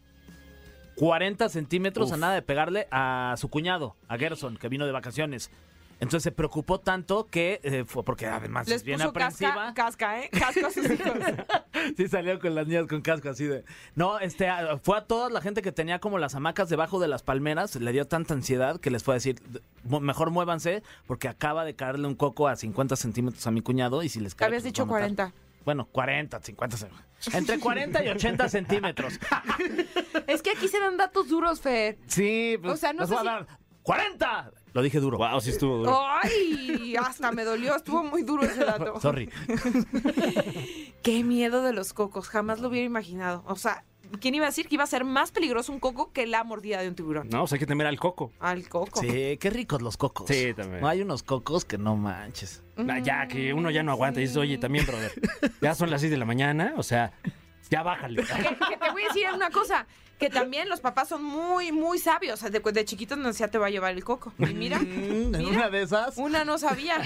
40 centímetros a nada de pegarle a su cuñado, a Gerson, que vino de vacaciones. Entonces se preocupó tanto que eh, fue porque además
Les
es bien
puso casca,
aprensiva.
casca, ¿eh? Casco a sus hijos.
Sí salió con las niñas con casco así de... No, este, a- fue a toda la gente que tenía como las hamacas debajo de las palmeras, le dio tanta ansiedad que les fue a decir, "Mu- mejor muévanse porque acaba de caerle un coco a 50 centímetros a mi cuñado y si les cae...
Habías
pues,
dicho
los va a matar".
40.
Bueno, 40, 50, cent- entre 40 y 80 centímetros.
Es que aquí se dan datos duros, Fer.
Sí, pues
O sea, no
les
sé
voy
si-
a dar 40. Lo dije duro.
Wow, sí estuvo
Oh.
duro.
¡Ay! Hasta me dolió, estuvo muy duro ese dato.
Sorry.
Qué miedo de los cocos, jamás lo hubiera imaginado. O sea, ¿quién iba a decir que iba a ser más peligroso un coco que la mordida de un tiburón?
No, o sea, hay que temer al coco.
Al coco.
Sí, qué ricos los cocos.
Sí, también.
No hay unos cocos que no manches.
Ah,
Mm,
Ya, que uno ya no aguanta. Y dices, oye, también, brother, ya son las 6 de la mañana, o sea, ya bájale.
Que, que te voy a decir una cosa, que también los papás son muy, muy sabios. De, de chiquitos no decía te va a llevar el coco. Y mira,
Mm, en
mira,
una de esas.
una no sabía,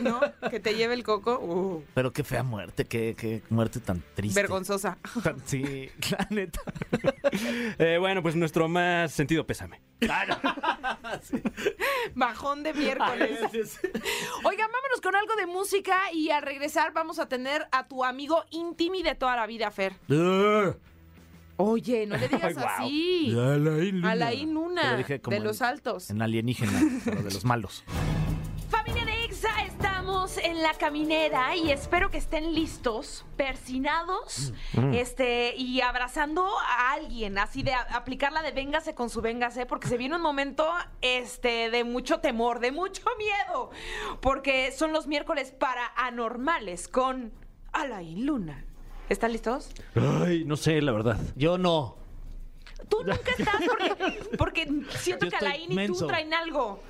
¿no? Que te lleve el coco. uh,
Pero qué fea muerte, qué, qué muerte tan triste.
vergonzosa.
Tan- Sí, la neta.
Eh, bueno, pues nuestro más sentido pésame.
Ah, Bajón de miércoles. Oigan, vámonos con algo de música y al regresar vamos a tener a tu amigo íntimi de toda la vida, Fer.
Ur,
Oye, no le digas
Ay, guau.
así.
Alain Luna.
Alain
Te
Luna,
lo dije como
de
en-
los altos.
En alienígena, pero de los malos.
Familia de EXA, estamos en la caminera y espero que estén listos, persinados, este, y abrazando a alguien, así de a- aplicarla de véngase con su véngase, porque se viene un momento este, de mucho temor, de mucho miedo, porque son los miércoles para anormales con Alain Luna. ¿Están listos?
Ay, no sé, la verdad.
Yo no.
Tú nunca estás porque, porque siento
Yo
que
estoy
Alain y tú
menso.
traen algo.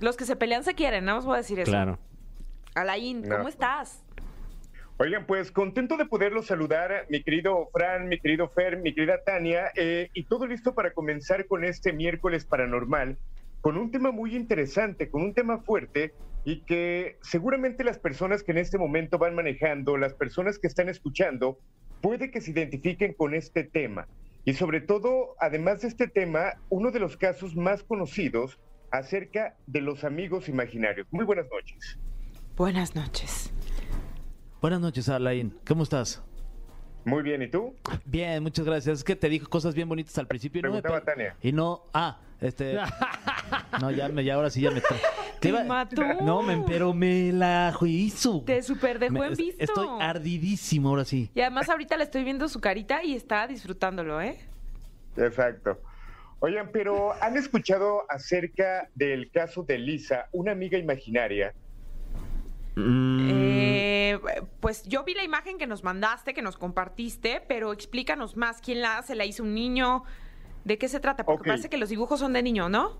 Los que se pelean se quieren, nada más voy a decir eso.
Claro.
Alain, ¿cómo
No.
estás?
Oigan, pues contento de poderlos saludar, mi querido Fran, mi querido Fer, mi querida Tania, eh, y todo listo para comenzar con este miércoles paranormal, con un tema muy interesante, con un tema fuerte y que seguramente las personas que en este momento van manejando, las personas que están escuchando, puede que se identifiquen con este tema. Y sobre todo, además de este tema, uno de los casos más conocidos acerca de los amigos imaginarios. Muy buenas noches.
Buenas noches.
Buenas noches, Alain. ¿Cómo estás?
Muy bien, ¿y tú?
Bien, muchas gracias. Es que te dijo cosas bien bonitas al principio. y no me
Preguntaba
pe-
Tania.
Y no, ah, este. No, ya, me, ya ahora sí ya me. tra-
Te
iba-
mató.
No, me, pero me la hizo.
Te superdejó
Me-
en
es-
visto.
Estoy ardidísimo ahora sí.
Y además ahorita le estoy viendo su carita y está disfrutándolo, ¿eh?
Exacto. Oigan, pero ¿han escuchado acerca del caso de Lisa, una amiga imaginaria? Mm.
Eh, pues yo vi la imagen que nos mandaste, que nos compartiste, pero explícanos más quién la hace, la hizo un niño, de qué se trata, porque
Ok.
parece que los dibujos son de niño, ¿no?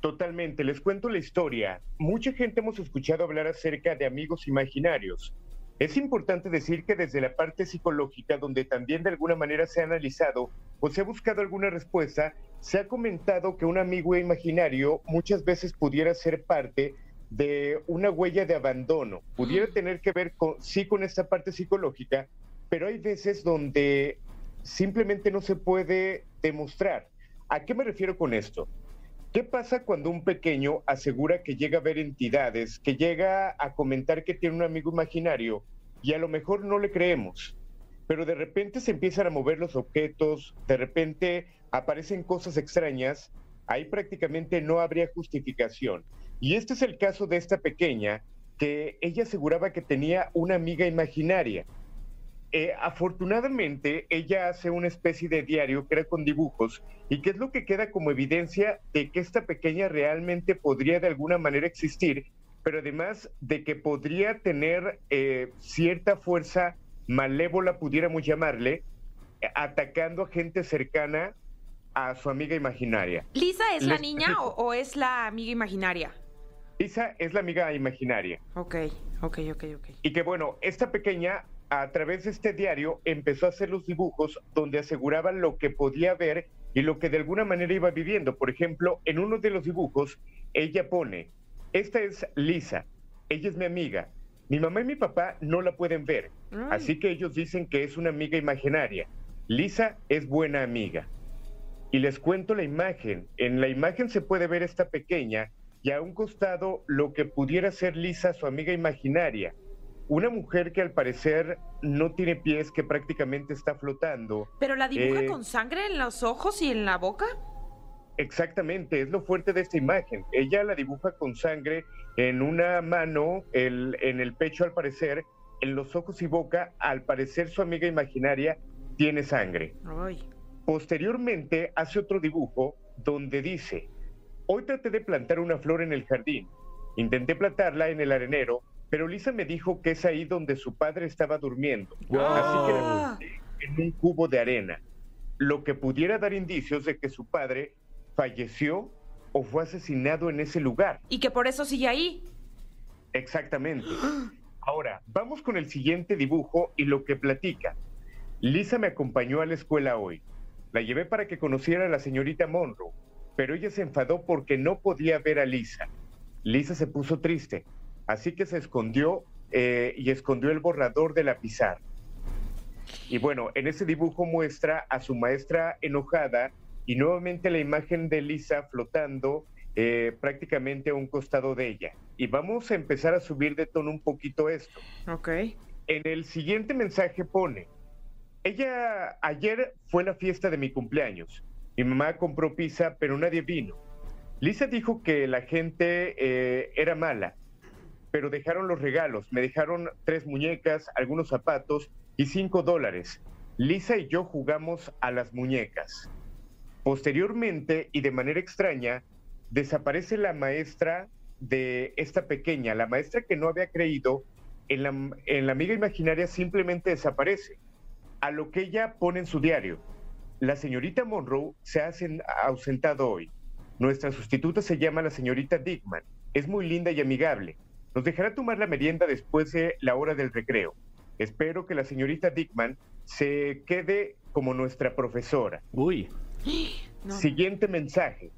Totalmente, les cuento la historia. Mucha gente hemos escuchado hablar acerca de amigos imaginarios. Es importante decir que desde la parte psicológica, donde también de alguna manera se ha analizado o se ha buscado alguna respuesta, se ha comentado que un amigo imaginario muchas veces pudiera ser parte de una huella de abandono, pudiera tener que ver con, sí con esta parte psicológica, pero hay veces donde simplemente no se puede demostrar. ¿A qué me refiero con esto? ¿Qué pasa cuando un pequeño asegura que llega a ver entidades, que llega a comentar que tiene un amigo imaginario y a lo mejor no le creemos? Pero de repente se empiezan a mover los objetos, de repente aparecen cosas extrañas, ahí prácticamente no habría justificación. Y este es el caso de esta pequeña que ella aseguraba que tenía una amiga imaginaria. Eh, afortunadamente, ella hace una especie de diario que era con dibujos y que es lo que queda como evidencia de que esta pequeña realmente podría de alguna manera existir, pero además de que podría tener eh, cierta fuerza malévola, pudiéramos llamarle, eh, atacando a gente cercana a su amiga imaginaria.
¿Lisa es la
Les
niña o, o es la amiga imaginaria?
Lisa es la amiga imaginaria.
Ok, ok, ok, ok.
Y que bueno, esta pequeña a través de este diario empezó a hacer los dibujos donde aseguraba lo que podía ver y lo que de alguna manera iba viviendo. Por ejemplo, en uno de los dibujos, ella pone, esta es Lisa, ella es mi amiga, mi mamá y mi papá no la pueden ver,
Mm.
así que ellos dicen que es una amiga imaginaria. Lisa es buena amiga. Y les cuento la imagen. En la imagen se puede ver esta pequeña y a un costado lo que pudiera ser Lisa, su amiga imaginaria. Una mujer que al parecer no tiene pies, que prácticamente está flotando.
¿Pero la dibuja
Eh,
con sangre en los ojos y en la boca?
Exactamente, es lo fuerte de esta imagen. Ella la dibuja con sangre en una mano, el- en el pecho al parecer, en los ojos y boca, al parecer su amiga imaginaria tiene sangre.
Ay.
Posteriormente hace otro dibujo donde dice, hoy traté de plantar una flor en el jardín, intenté plantarla en el arenero, pero Lisa me dijo que es ahí donde su padre estaba durmiendo, así que la
Ah,
en un cubo de arena, lo que pudiera dar indicios de que su padre falleció o fue asesinado en ese lugar.
y que por eso sigue ahí.
Exactamente. Ahora, vamos con el siguiente dibujo y lo que platica. Lisa me acompañó a la escuela hoy. La llevé para que conociera a la señorita Monroe, pero ella se enfadó porque no podía ver a Lisa. Lisa se puso triste, así que se escondió eh, y escondió el borrador de la pizarra. Y bueno, en ese dibujo muestra a su maestra enojada y nuevamente la imagen de Lisa flotando eh, prácticamente a un costado de ella. Y vamos a empezar a subir de tono un poquito esto.
Ok.
En el siguiente mensaje pone, ella ayer fue la fiesta de mi cumpleaños. Mi mamá compró pizza, pero nadie vino. Lisa dijo que la gente eh, era mala, pero dejaron los regalos. Me dejaron tres muñecas, algunos zapatos y cinco dólares. Lisa y yo jugamos a las muñecas. Posteriormente, y de manera extraña, desaparece la maestra de esta pequeña, la maestra que no había creído en la, en la amiga imaginaria simplemente desaparece, a lo que ella pone en su diario. La señorita Monroe se ha asen- ausentado hoy. Nuestra sustituta se llama la señorita Dickman. Es muy linda y amigable. Nos dejará tomar la merienda después de la hora del recreo. Espero que la señorita Dickman se quede como nuestra profesora.
Uy.
No.
Siguiente mensaje.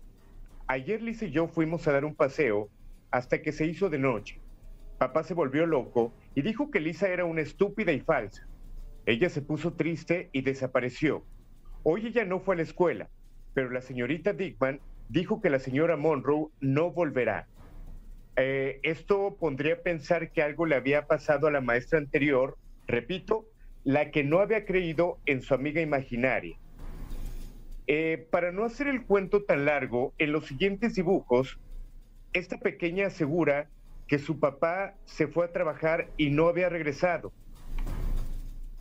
Ayer Liz y yo fuimos a dar un paseo hasta que se hizo de noche. Papá se volvió loco y dijo que Lisa era una estúpida y falsa. Ella se puso triste y desapareció. Hoy ella no fue a la escuela, pero la señorita Dickman dijo que la señora Monroe no volverá. Eh, esto pondría a pensar que algo le había pasado a la maestra anterior, repito, la que no había creído en su amiga imaginaria. Eh, para no hacer el cuento tan largo, en los siguientes dibujos, esta pequeña asegura que su papá se fue a trabajar y no había regresado.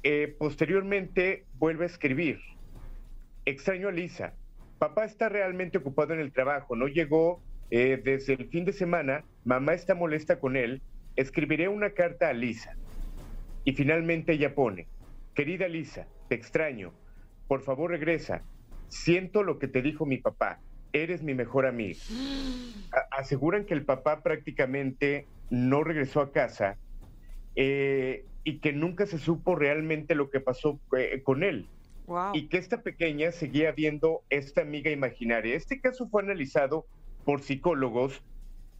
Eh, posteriormente vuelve a escribir. Extraño a Lisa. Papá está realmente ocupado en el trabajo, no llegó eh, desde el fin de semana, mamá está molesta con él, escribiré una carta a Lisa. Y finalmente ella pone, querida Lisa, te extraño, por favor regresa, siento lo que te dijo mi papá, eres mi mejor amigo. A- aseguran que el papá prácticamente no regresó a casa eh, y que nunca se supo realmente lo que pasó eh, con él
Wow.
y que esta pequeña seguía viendo esta amiga imaginaria. Este caso fue analizado por psicólogos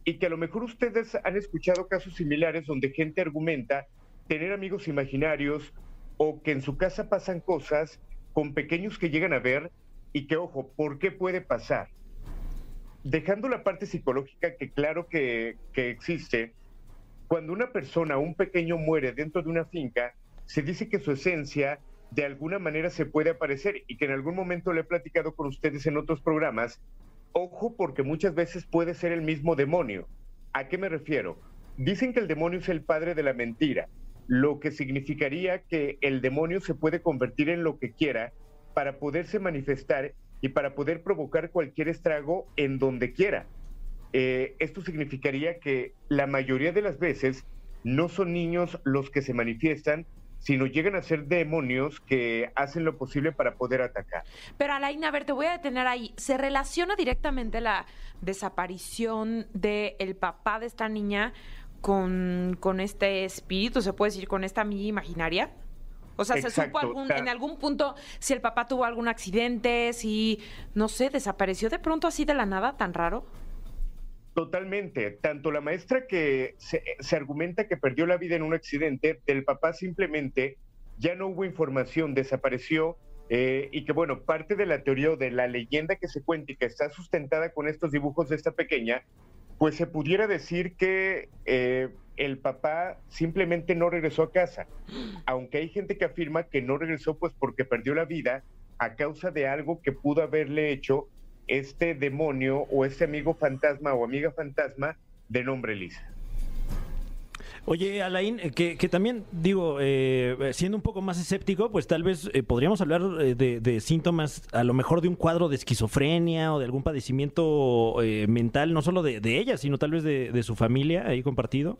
y que a lo mejor ustedes han escuchado casos similares donde gente argumenta tener amigos imaginarios o que en su casa pasan cosas con pequeños que llegan a ver y que, ojo, ¿por qué puede pasar? Dejando la parte psicológica que claro que, que existe, cuando una persona, un pequeño muere dentro de una finca, se dice que su esencia de alguna manera se puede aparecer y que en algún momento le he platicado con ustedes en otros programas, ojo porque muchas veces puede ser el mismo demonio. ¿A qué me refiero? Dicen que el demonio es el padre de la mentira, lo que significaría que el demonio se puede convertir en lo que quiera para poderse manifestar y para poder provocar cualquier estrago en donde quiera. Eh, esto significaría que la mayoría de las veces no son niños los que se manifiestan, sino llegan a ser demonios que hacen lo posible para poder atacar.
Pero Alain, a ver, te voy a detener ahí. ¿Se relaciona directamente la desaparición del papá de esta niña con, con este espíritu, se puede decir, con esta amiga imaginaria? O sea, ¿se supo
Exacto,
algún-
o sea-
en algún punto si el papá tuvo algún accidente, si, no sé, desapareció de pronto así de la nada, tan raro?
Totalmente. Tanto la maestra que se, se argumenta que perdió la vida en un accidente, del papá simplemente ya no hubo información, desapareció. eh, y que bueno, parte de la teoría o de la leyenda que se cuenta y que está sustentada con estos dibujos de esta pequeña, pues se pudiera decir que eh, el papá simplemente no regresó a casa. Aunque hay gente que afirma que no regresó pues porque perdió la vida a causa de algo que pudo haberle hecho este demonio o este amigo fantasma o amiga fantasma de nombre Lisa.
Oye, Alain, eh, que, que también digo, eh, eh, siendo un poco más escéptico, pues tal vez eh, podríamos hablar eh, de, de síntomas, a lo mejor de un cuadro de esquizofrenia o de algún padecimiento eh, mental, no solo de, de ella, sino tal vez de, de su familia ahí compartido.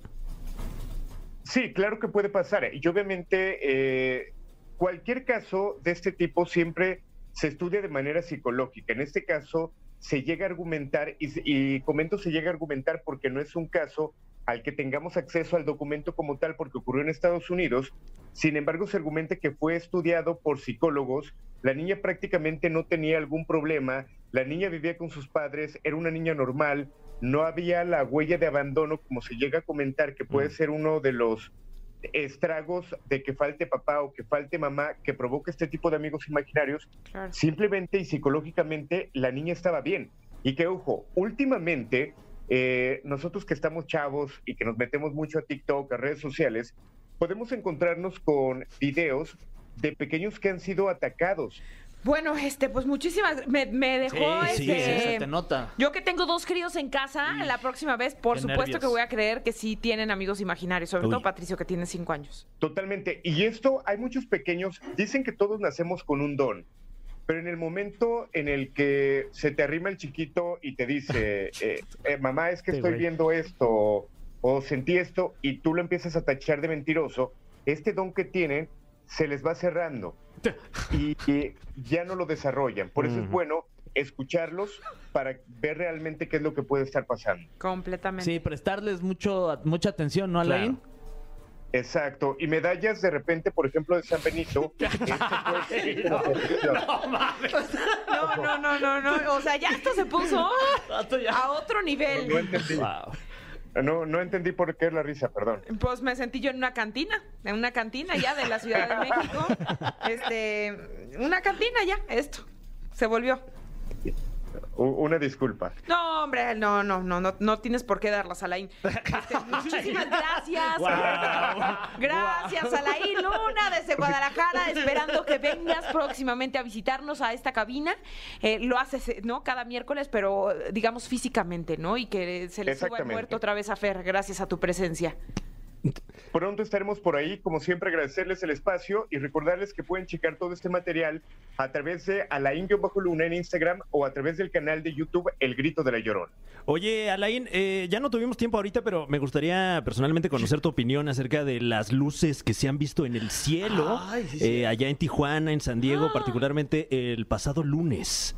Sí, claro que puede pasar. Y obviamente eh, cualquier caso de este tipo siempre se estudia de manera psicológica. En este caso se llega a argumentar, y, se- y comento se llega a argumentar porque no es un caso al que tengamos acceso al documento como tal porque ocurrió en Estados Unidos. Sin embargo, se argumenta que fue estudiado por psicólogos. La niña prácticamente no tenía algún problema. La niña vivía con sus padres, era una niña normal, no había la huella de abandono, como se llega a comentar, que puede ser uno de los estragos de que falte papá o que falte mamá que provoca este tipo de amigos imaginarios.
Claro.
Simplemente y psicológicamente la niña estaba bien. Y que, ojo, últimamente eh, nosotros que estamos chavos y que nos metemos mucho a TikTok, a redes sociales, podemos encontrarnos con videos de pequeños que han sido atacados.
Bueno, este, pues muchísimas. Me, me dejó
Sí, sí,
este-
se te nota.
Yo que tengo dos críos en casa, la próxima vez, por
qué
supuesto
nervios.
que voy a creer que sí tienen amigos imaginarios, sobre
Uy.
todo Patricio, que tiene cinco años.
Totalmente. Y esto, hay muchos pequeños, dicen que todos nacemos con un don, pero en el momento en el que se te arrima el chiquito y te dice, eh, eh, mamá, es que
Este
estoy
güey.
viendo esto o sentí esto, y tú lo empiezas a tachar de mentiroso, este don que tienen se les va cerrando y, y ya no lo desarrollan. Por eso es
Ujú.
bueno escucharlos para ver realmente qué es lo que puede estar pasando.
Completamente.
Sí, prestarles mucho, mucha atención, ¿no, Alain?
Exacto. Y medallas de repente, por ejemplo, de San Benito. este fue el-
No, no, no, no, no. O sea, ya esto se puso a otro nivel.
No entendí. No, no entendí por qué la risa, perdón.
Pues me sentí yo en una cantina, en una cantina ya de la Ciudad de México. Este, una cantina ya, esto. Se volvió.
U- una disculpa.
No, hombre, no, no, no, no, no tienes por qué darlas, Alain. Este, muchísimas gracias. Gracias, Alain Luna desde Guadalajara, esperando que vengas próximamente a visitarnos a esta cabina. Eh, lo haces, eh, ¿no? Cada miércoles, pero digamos físicamente, ¿no? Y que se le suba el
Exactamente.
muerto otra vez a Fer, gracias a tu presencia.
Pronto estaremos por ahí, como siempre agradecerles el espacio y recordarles que pueden checar todo este material a través de Alain-Luna Bajo Luna en Instagram o a través del canal de YouTube El Grito de la Llorona.
Oye, Alain, eh, ya no tuvimos tiempo ahorita, pero me gustaría personalmente conocer tu opinión acerca de las luces que se han visto en el cielo eh, allá en Tijuana, en San Diego, particularmente el pasado lunes.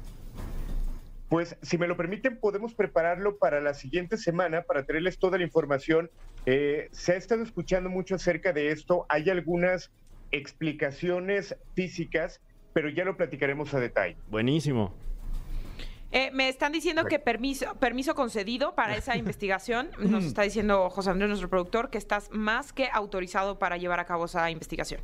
Pues, si me lo permiten, podemos prepararlo para la siguiente semana para traerles toda la información. Eh, se ha estado escuchando mucho acerca de esto. Hay algunas explicaciones físicas, pero ya lo platicaremos a detalle.
Buenísimo.
Eh, me están diciendo que permiso, permiso concedido para esa investigación. Nos está diciendo José Andrés, nuestro productor, que estás más que autorizado para llevar a cabo esa investigación.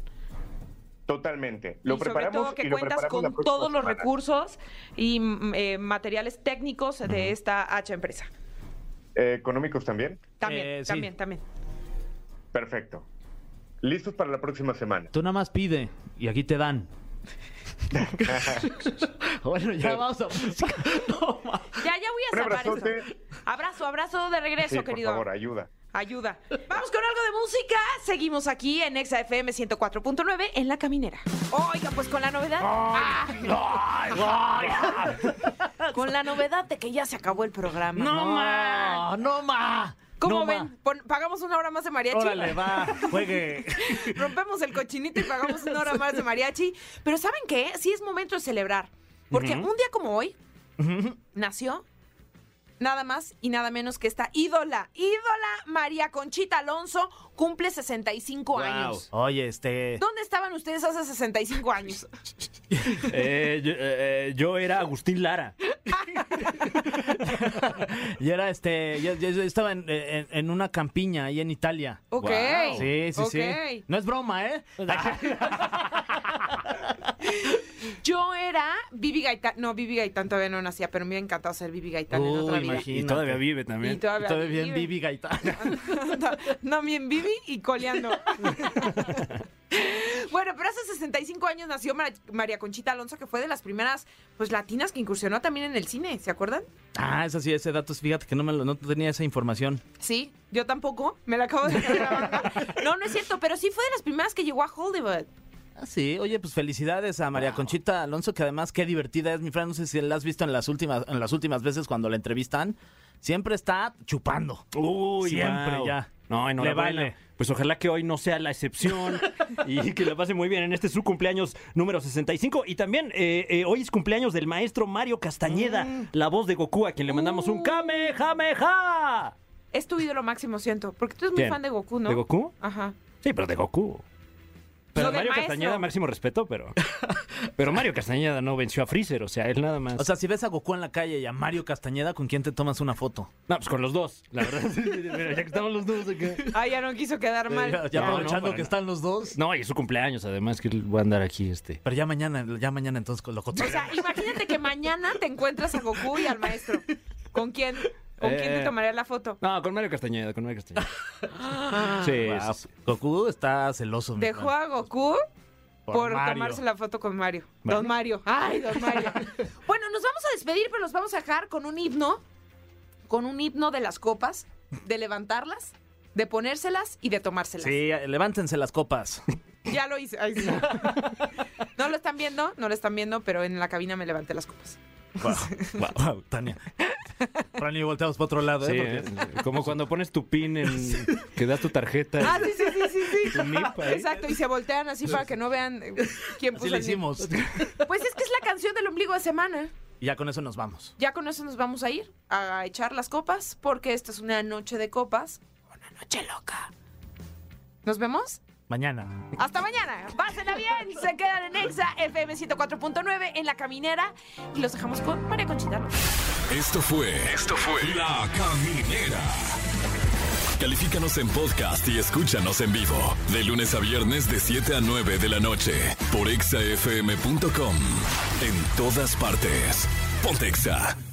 Totalmente. Lo
y sobre
preparamos
todo que
y lo
cuentas
preparamos la
con
próxima
todos los
semana.
recursos y mm, eh, materiales técnicos de esta H empresa.
Eh, económicos también.
También,
Eh, sí.
también, también.
Perfecto. Listos para la próxima semana.
Tú nada más pide y aquí te dan. bueno, ya vamos a música. No, ma-
Ya, ya voy
Un
a sacar eso.
abrazote.
Abrazo, abrazo de regreso,
Sí, por
querido.
favor, ayuda.
Ayuda. Vamos con algo de música. Seguimos aquí en Exa FM 104.9 en La Caminera. Oiga, pues con la novedad. Ah. con la novedad de que ya se acabó el programa.
no, ma, no, ma.
¿Cómo
No, ma.
ven? Pon- pagamos una hora más de mariachi.
Órale, va, juegue.
Rompemos el cochinito y pagamos una hora más de mariachi. Pero ¿saben qué? Sí es momento de celebrar. Porque un día como hoy nació nada más y nada menos que esta ídola. Ídola María Conchita Alonso cumple 65 años.
Oye, este.
¿Dónde estaban ustedes hace 65 años?
eh, yo, eh, yo era Agustín Lara. yo era este. Yo, yo- yo estaba en, en- en una campiña ahí en Italia.
Ok.
Sí, sí, sí.
ok.
No es broma, ¿eh?
Yo era Vivi Gaitán. No, Vivi Gaitán todavía no nacía, pero me hubiera encantado ser Vivi Gaitán en otra
Uy,
vida.
imagínate. Y todavía vive
Y todavía
bien
vive.
Vivi Gaitán.
no, bien Vivi y coleando. bueno, pero hace 65 años nació Mar- María Conchita Alonso, que fue de las primeras pues latinas que incursionó también en el cine, ¿se acuerdan?
Ah, eso sí, ese dato, fíjate que no, me lo- no tenía esa información.
Sí, yo tampoco, me la acabo de sacar de la manga. No, no es cierto, pero sí fue de las primeras que llegó a Hollywood.
Ah, sí, oye, pues felicidades a María Conchita Alonso, que además qué divertida es, mi Fran, no sé si la has visto en las últimas, en las últimas veces cuando la entrevistan, siempre está chupando.
Uy,
Siempre ya.
No,
Le
enhorabuena.
vale.
Pues ojalá que hoy no sea la excepción y que la pase muy bien en este su cumpleaños número 65. Y también eh, eh, hoy es cumpleaños del maestro Mario Castañeda,
Mm.
la voz de Goku, a quien le mandamos un Kamehameha.
Es tu ídolo máximo, siento, porque tú eres muy
¿Quién?
fan de Goku, ¿no?
¿De Goku?
Ajá.
Sí, pero de Goku.
No,
Pero
del
Mario
maestro.
Castañeda, máximo respeto, pero. Pero Mario Castañeda no venció a Freezer, o sea, él nada más.
O sea, si ves a Goku en la calle y a Mario Castañeda, ¿con quién te tomas una foto?
no, pues con los dos, la verdad. Pero ya que estamos los dos acá.
Ah, ya no quiso quedar mal.
Ya,
No, no,
aprovechando
para nada.
que están los dos.
No, y es su cumpleaños, además, que voy a andar aquí, este.
Pero ya mañana, ya mañana entonces con lo
O sea, imagínate que mañana te encuentras a Goku y al maestro. ¿Con quién? ¿Con quién te
Eh.
tomaría la foto?
No, con Mario Castañeda, con Mario Castañeda. sí, sí, sí.
Ah, Goku está celoso. mi
Dejó
Fran,
a Goku por,
Mario.
tomarse la foto con Mario. Don Mario. Ay, don Mario. bueno, nos vamos a despedir, pero nos vamos a dejar con un himno. Con un himno de las copas, de levantarlas, de ponérselas y de tomárselas.
Sí, levántense las copas.
Ya lo hice. Ay, sí. no lo están viendo, no lo están viendo, pero en la cabina me levanté las copas.
Wow, wow, wow, Tania. Fran y yo volteamos para otro lado, ¿eh?
Sí,
Porque-
¿eh? como cuando pones tu pin en que das tu tarjeta.
Ah, sí, sí, sí, sí, sí.
Tu NIP ahí.
Exacto, y se voltean así para que no vean eh, quién puso
Así le
el NIP.
hicimos.
Pues es que es la canción del ombligo de semana.
Y ya con eso nos vamos.
Ya con eso nos vamos a ir a echar las copas, porque esta es una noche de copas. Una noche loca. Nos vemos.
Mañana.
Hasta mañana. Pásenla bien. Se quedan en Exa FM 104.9 en la caminera. Y los dejamos con María Conchita. Alonso.
Esto fue. Esto fue. La Caminera. Califícanos en podcast y escúchanos en vivo. De lunes a viernes de 7 a 9 de la noche. Por exafm.com. En todas partes. Pontexa.